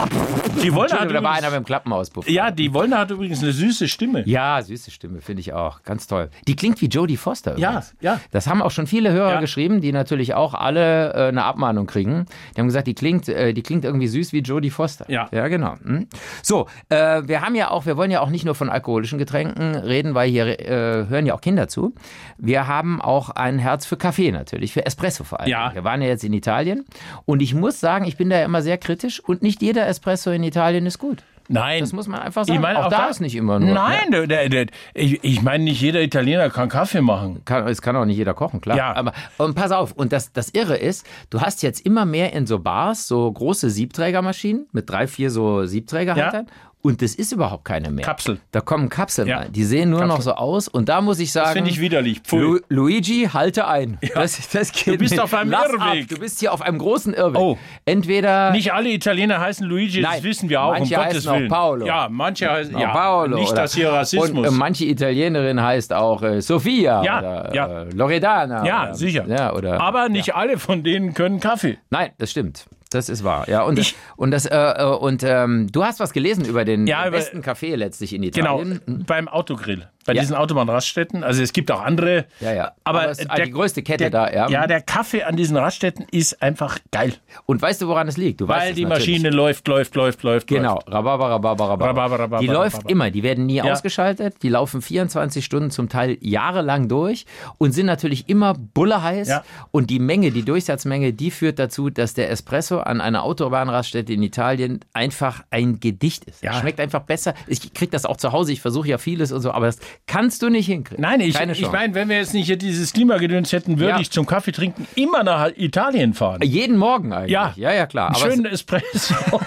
[SPEAKER 3] die
[SPEAKER 2] Entschuldigung,
[SPEAKER 3] Wollner hat
[SPEAKER 2] da war
[SPEAKER 3] übrigens,
[SPEAKER 2] einer mit dem Klappenauspuff.
[SPEAKER 3] ja, die Wollner hat übrigens eine süße Stimme.
[SPEAKER 2] Ja, süße Stimme, finde ich auch. Ganz toll. Die klingt wie Jodie Foster
[SPEAKER 3] Ja,
[SPEAKER 2] übrigens.
[SPEAKER 3] ja.
[SPEAKER 2] Das haben auch schon viele Hörer
[SPEAKER 3] Ja.
[SPEAKER 2] geschrieben, die natürlich auch alle äh, eine Abmahnung kriegen. Die haben gesagt, die klingt, äh, die klingt irgendwie süß wie Jodie Foster.
[SPEAKER 3] Ja.
[SPEAKER 2] Ja, genau. Hm. So, äh, wir haben ja auch, wir wollen ja auch nicht nur von alkoholischen Getränken reden, weil hier äh, hören ja auch Kinder zu. Wir haben auch ein Herz für Kaffee natürlich, für Espresso vor allem.
[SPEAKER 3] Ja.
[SPEAKER 2] Wir waren ja jetzt in Italien und ich muss sagen, ich bin da ja immer sehr kritisch und nicht jeder Espresso in Italien ist gut.
[SPEAKER 3] Nein.
[SPEAKER 2] Das muss man einfach sagen.
[SPEAKER 3] Ich meine,
[SPEAKER 2] auch, da, ist nicht immer nur.
[SPEAKER 3] Nein, der, der, der, ich, ich meine, nicht jeder Italiener kann Kaffee machen.
[SPEAKER 2] kann, es kann auch nicht jeder kochen, klar.
[SPEAKER 3] Ja.
[SPEAKER 2] Aber und pass auf, und das, das Irre ist, du hast jetzt immer mehr in so Bars so große Siebträgermaschinen mit drei, vier so Siebträgerhaltern. Und das ist überhaupt keine mehr.
[SPEAKER 3] Kapsel.
[SPEAKER 2] Da kommen Kapseln
[SPEAKER 3] Ja.
[SPEAKER 2] rein. Die sehen nur noch so aus. Und da muss ich sagen.
[SPEAKER 3] finde ich widerlich. Pfui.
[SPEAKER 2] Lu Luigi, halte ein. Das, das geht
[SPEAKER 3] Du bist
[SPEAKER 2] nicht.
[SPEAKER 3] auf einem
[SPEAKER 2] Lass
[SPEAKER 3] Irrweg.
[SPEAKER 2] Ab. Du bist hier auf einem großen Irrweg.
[SPEAKER 3] Oh.
[SPEAKER 2] Entweder.
[SPEAKER 3] Nicht alle Italiener heißen Luigi, das
[SPEAKER 2] Nein,
[SPEAKER 3] wissen wir auch,
[SPEAKER 2] manche
[SPEAKER 3] um Gottes
[SPEAKER 2] heißen auch
[SPEAKER 3] Willen.
[SPEAKER 2] Paolo.
[SPEAKER 3] Ja, manche heißen
[SPEAKER 2] Ja,
[SPEAKER 3] äh, ja,
[SPEAKER 2] Paolo.
[SPEAKER 3] Nicht,
[SPEAKER 2] oder-
[SPEAKER 3] dass hier Rassismus.
[SPEAKER 2] Und äh, manche Italienerin heißt auch äh, Sofia
[SPEAKER 3] Ja,
[SPEAKER 2] oder
[SPEAKER 3] ja.
[SPEAKER 2] Äh, Loredana.
[SPEAKER 3] ja,
[SPEAKER 2] oder,
[SPEAKER 3] sicher.
[SPEAKER 2] Ja, oder,
[SPEAKER 3] Aber nicht alle von denen können Kaffee.
[SPEAKER 2] Nein, das stimmt. Das ist wahr. Ja, und, und das äh, äh, und ähm, du hast was gelesen über den
[SPEAKER 3] Ja, über-
[SPEAKER 2] besten Café letztlich in
[SPEAKER 3] Genau,
[SPEAKER 2] Italien.
[SPEAKER 3] beim Autogrill. Bei
[SPEAKER 2] Mhm. Ja.
[SPEAKER 3] diesen Autobahnraststätten. Also es gibt auch andere.
[SPEAKER 2] Ja, ja.
[SPEAKER 3] Aber,
[SPEAKER 2] Aber es ist
[SPEAKER 3] äh, der,
[SPEAKER 2] die größte Kette
[SPEAKER 3] der,
[SPEAKER 2] da, ja.
[SPEAKER 3] Ja, der Kaffee an diesen Raststätten ist einfach geil.
[SPEAKER 2] Und weißt du, woran es liegt? Du weißt
[SPEAKER 3] Weil
[SPEAKER 2] es
[SPEAKER 3] die
[SPEAKER 2] natürlich.
[SPEAKER 3] Maschine läuft, läuft, läuft, läuft.
[SPEAKER 2] Genau,
[SPEAKER 3] Läuft.
[SPEAKER 2] Rhabarber, Rhabarber,
[SPEAKER 3] Rhabarber,
[SPEAKER 2] Rhabarber.
[SPEAKER 3] Rhabarber,
[SPEAKER 2] Die läuft
[SPEAKER 3] Rhabarber.
[SPEAKER 2] immer, die werden nie ausgeschaltet, die laufen 24 Stunden zum Teil jahrelang durch und sind natürlich immer bullerheiß
[SPEAKER 3] Ja.
[SPEAKER 2] und die Menge, die Durchsatzmenge, die führt dazu, dass der Espresso an einer Autobahnraststätte in Italien einfach ein Gedicht ist.
[SPEAKER 3] Ja.
[SPEAKER 2] Schmeckt einfach besser. Ich krieg das auch zu Hause, ich versuche ja vieles und so, aber das kannst du nicht hinkriegen.
[SPEAKER 3] Nein, ich,
[SPEAKER 2] Keine
[SPEAKER 3] ich
[SPEAKER 2] Chance.
[SPEAKER 3] meine, wenn wir jetzt nicht hier dieses Klimagedöns hätten, würde
[SPEAKER 2] Ja.
[SPEAKER 3] ich zum Kaffee trinken immer nach Italien fahren.
[SPEAKER 2] jeden Morgen eigentlich.
[SPEAKER 3] Ja.
[SPEAKER 2] ja, ja klar. Aber es- ne? [LAUGHS]
[SPEAKER 3] Schönen Espresso.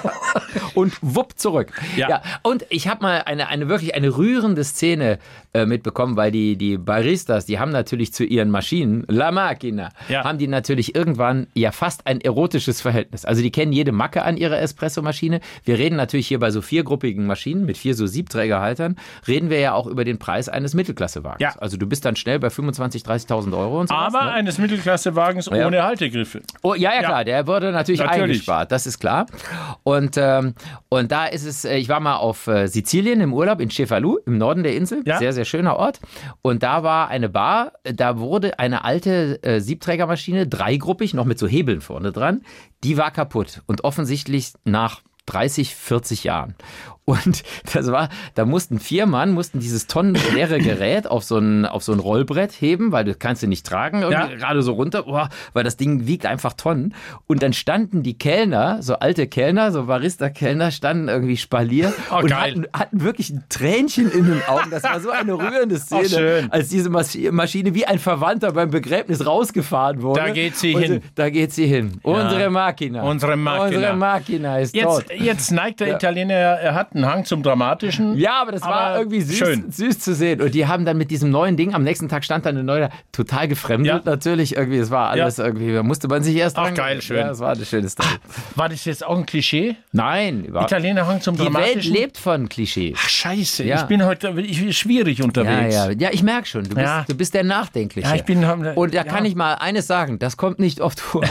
[SPEAKER 2] und wupp zurück.
[SPEAKER 3] Ja.
[SPEAKER 2] Ja. Und ich habe mal eine, eine wirklich eine rührende Szene äh, mitbekommen, weil die, die Baristas, die haben natürlich zu ihren Maschinen, La Macchina,
[SPEAKER 3] Ja.
[SPEAKER 2] haben die natürlich irgendwann ja fast ein erotisches Verhältnis. Also die kennen jede Macke an ihrer Espressomaschine. Wir reden natürlich hier bei so viergruppigen Maschinen mit vier so Siebträgerhaltern, reden wir ja auch über den Preis eines Mittelklassewagens.
[SPEAKER 3] Ja.
[SPEAKER 2] Also du bist dann schnell bei 25.000, 30.000 Euro und so. ne?
[SPEAKER 3] aber eines Mittelklassewagens
[SPEAKER 2] Ja.
[SPEAKER 3] ohne Haltegriffe.
[SPEAKER 2] Oh, ja, ja, klar, der wurde natürlich,
[SPEAKER 3] Natürlich.
[SPEAKER 2] eingespart, das ist klar. Und, ähm, und da ist es, äh, ich war mal auf äh, Sizilien im Urlaub in Cefalu, im Norden der Insel,
[SPEAKER 3] Ja.
[SPEAKER 2] sehr, sehr schöner Ort. Und da war eine Bar, da wurde eine alte äh, Siebträgermaschine, dreigruppig, noch mit so Hebeln vorne dran, die war kaputt und offensichtlich nach 30, 40 Jahren. Und [LAUGHS] das war, da mussten vier Mann, mussten dieses tonnenschwere Gerät auf so, ein, auf so ein Rollbrett heben, weil das kannst du nicht tragen,
[SPEAKER 3] Ja.
[SPEAKER 2] irgendwie gerade so runter, boah, weil das Ding wiegt einfach Tonnen. Und dann standen die Kellner, so alte Kellner, so Barista-Kellner, standen irgendwie Spalier
[SPEAKER 3] Oh,
[SPEAKER 2] und
[SPEAKER 3] geil.
[SPEAKER 2] hatten, hatten wirklich ein Tränchen in den Augen. Das war so eine rührende Szene,
[SPEAKER 3] schön.
[SPEAKER 2] als diese Mas Maschine wie ein Verwandter beim Begräbnis rausgefahren wurde.
[SPEAKER 3] Da geht sie
[SPEAKER 2] Und
[SPEAKER 3] hin.
[SPEAKER 2] Da geht sie hin. Unsere Machina.
[SPEAKER 3] Unsere Machina.
[SPEAKER 2] Unsere Machina ist tot.
[SPEAKER 3] Jetzt, jetzt neigt der Italiener, er hat einen Hang zum Dramatischen.
[SPEAKER 2] Ja, aber das war
[SPEAKER 3] Aber
[SPEAKER 2] irgendwie süß,
[SPEAKER 3] schön.
[SPEAKER 2] süß zu sehen. Und die haben dann mit diesem neuen Ding, am nächsten Tag stand dann eine neue, total gefremdet
[SPEAKER 3] Ja.
[SPEAKER 2] natürlich irgendwie. Es war alles irgendwie, da musste man sich erst
[SPEAKER 3] Ach,
[SPEAKER 2] dran-
[SPEAKER 3] geil, schön.
[SPEAKER 2] Ja, es war eine schöne Story.
[SPEAKER 3] War das jetzt auch ein Klischee?
[SPEAKER 2] Nein, überhaupt.
[SPEAKER 3] Italiener Hang zum
[SPEAKER 2] die Welt
[SPEAKER 3] Dramatischen?
[SPEAKER 2] lebt von Klischees.
[SPEAKER 3] Ach, scheiße,
[SPEAKER 2] Ja.
[SPEAKER 3] ich bin heute ich bin schwierig
[SPEAKER 2] Ja,
[SPEAKER 3] unterwegs.
[SPEAKER 2] ja, ja, ich merke schon, du bist,
[SPEAKER 3] Ja.
[SPEAKER 2] du bist der Nachdenkliche.
[SPEAKER 3] Ja, ich bin-
[SPEAKER 2] Und da
[SPEAKER 3] ja.
[SPEAKER 2] kann ich mal eines sagen, das kommt nicht oft
[SPEAKER 3] [LAUGHS]
[SPEAKER 2] vor.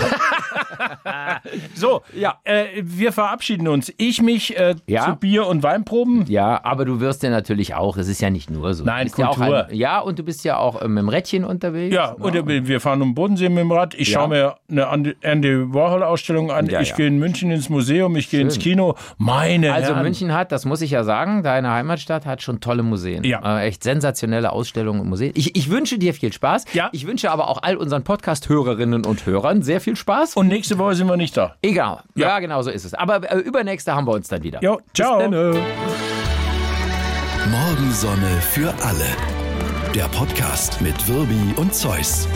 [SPEAKER 3] So,
[SPEAKER 2] Ja.
[SPEAKER 3] äh, wir verabschieden uns. Ich mich äh,
[SPEAKER 2] Ja.
[SPEAKER 3] zu Bier- und Weinproben.
[SPEAKER 2] ja, aber du wirst ja natürlich auch, es ist ja nicht nur so.
[SPEAKER 3] Nein,
[SPEAKER 2] du bist ja, auch
[SPEAKER 3] Kultur.
[SPEAKER 2] ein, ja, und du bist ja auch äh, mit dem Rädchen unterwegs.
[SPEAKER 3] Ja,
[SPEAKER 2] ne?
[SPEAKER 3] oder wir wir fahren um den Bodensee mit dem Rad. Ich
[SPEAKER 2] Ja.
[SPEAKER 3] schaue mir eine Andy- Andy Warhol-Ausstellung an.
[SPEAKER 2] Ja,
[SPEAKER 3] ich
[SPEAKER 2] ja.
[SPEAKER 3] gehe in München ins Museum, ich gehe ins Kino. Meine
[SPEAKER 2] Also
[SPEAKER 3] Herren.
[SPEAKER 2] München hat, das muss ich ja sagen, deine Heimatstadt hat schon tolle Museen.
[SPEAKER 3] Ja.
[SPEAKER 2] Äh, echt sensationelle Ausstellungen und Museen. Ich, ich wünsche dir viel Spaß.
[SPEAKER 3] Ja.
[SPEAKER 2] Ich wünsche aber auch all unseren Podcast-Hörerinnen und Hörern sehr viel Spaß.
[SPEAKER 3] Und nächste Woche sind wir nicht da.
[SPEAKER 2] Egal. Ja. genau so ist es. Aber äh, übernächste haben wir uns dann wieder.
[SPEAKER 3] Jo, ciao.
[SPEAKER 1] Morgensonne für alle. Der Podcast mit Wirbi und Zeus.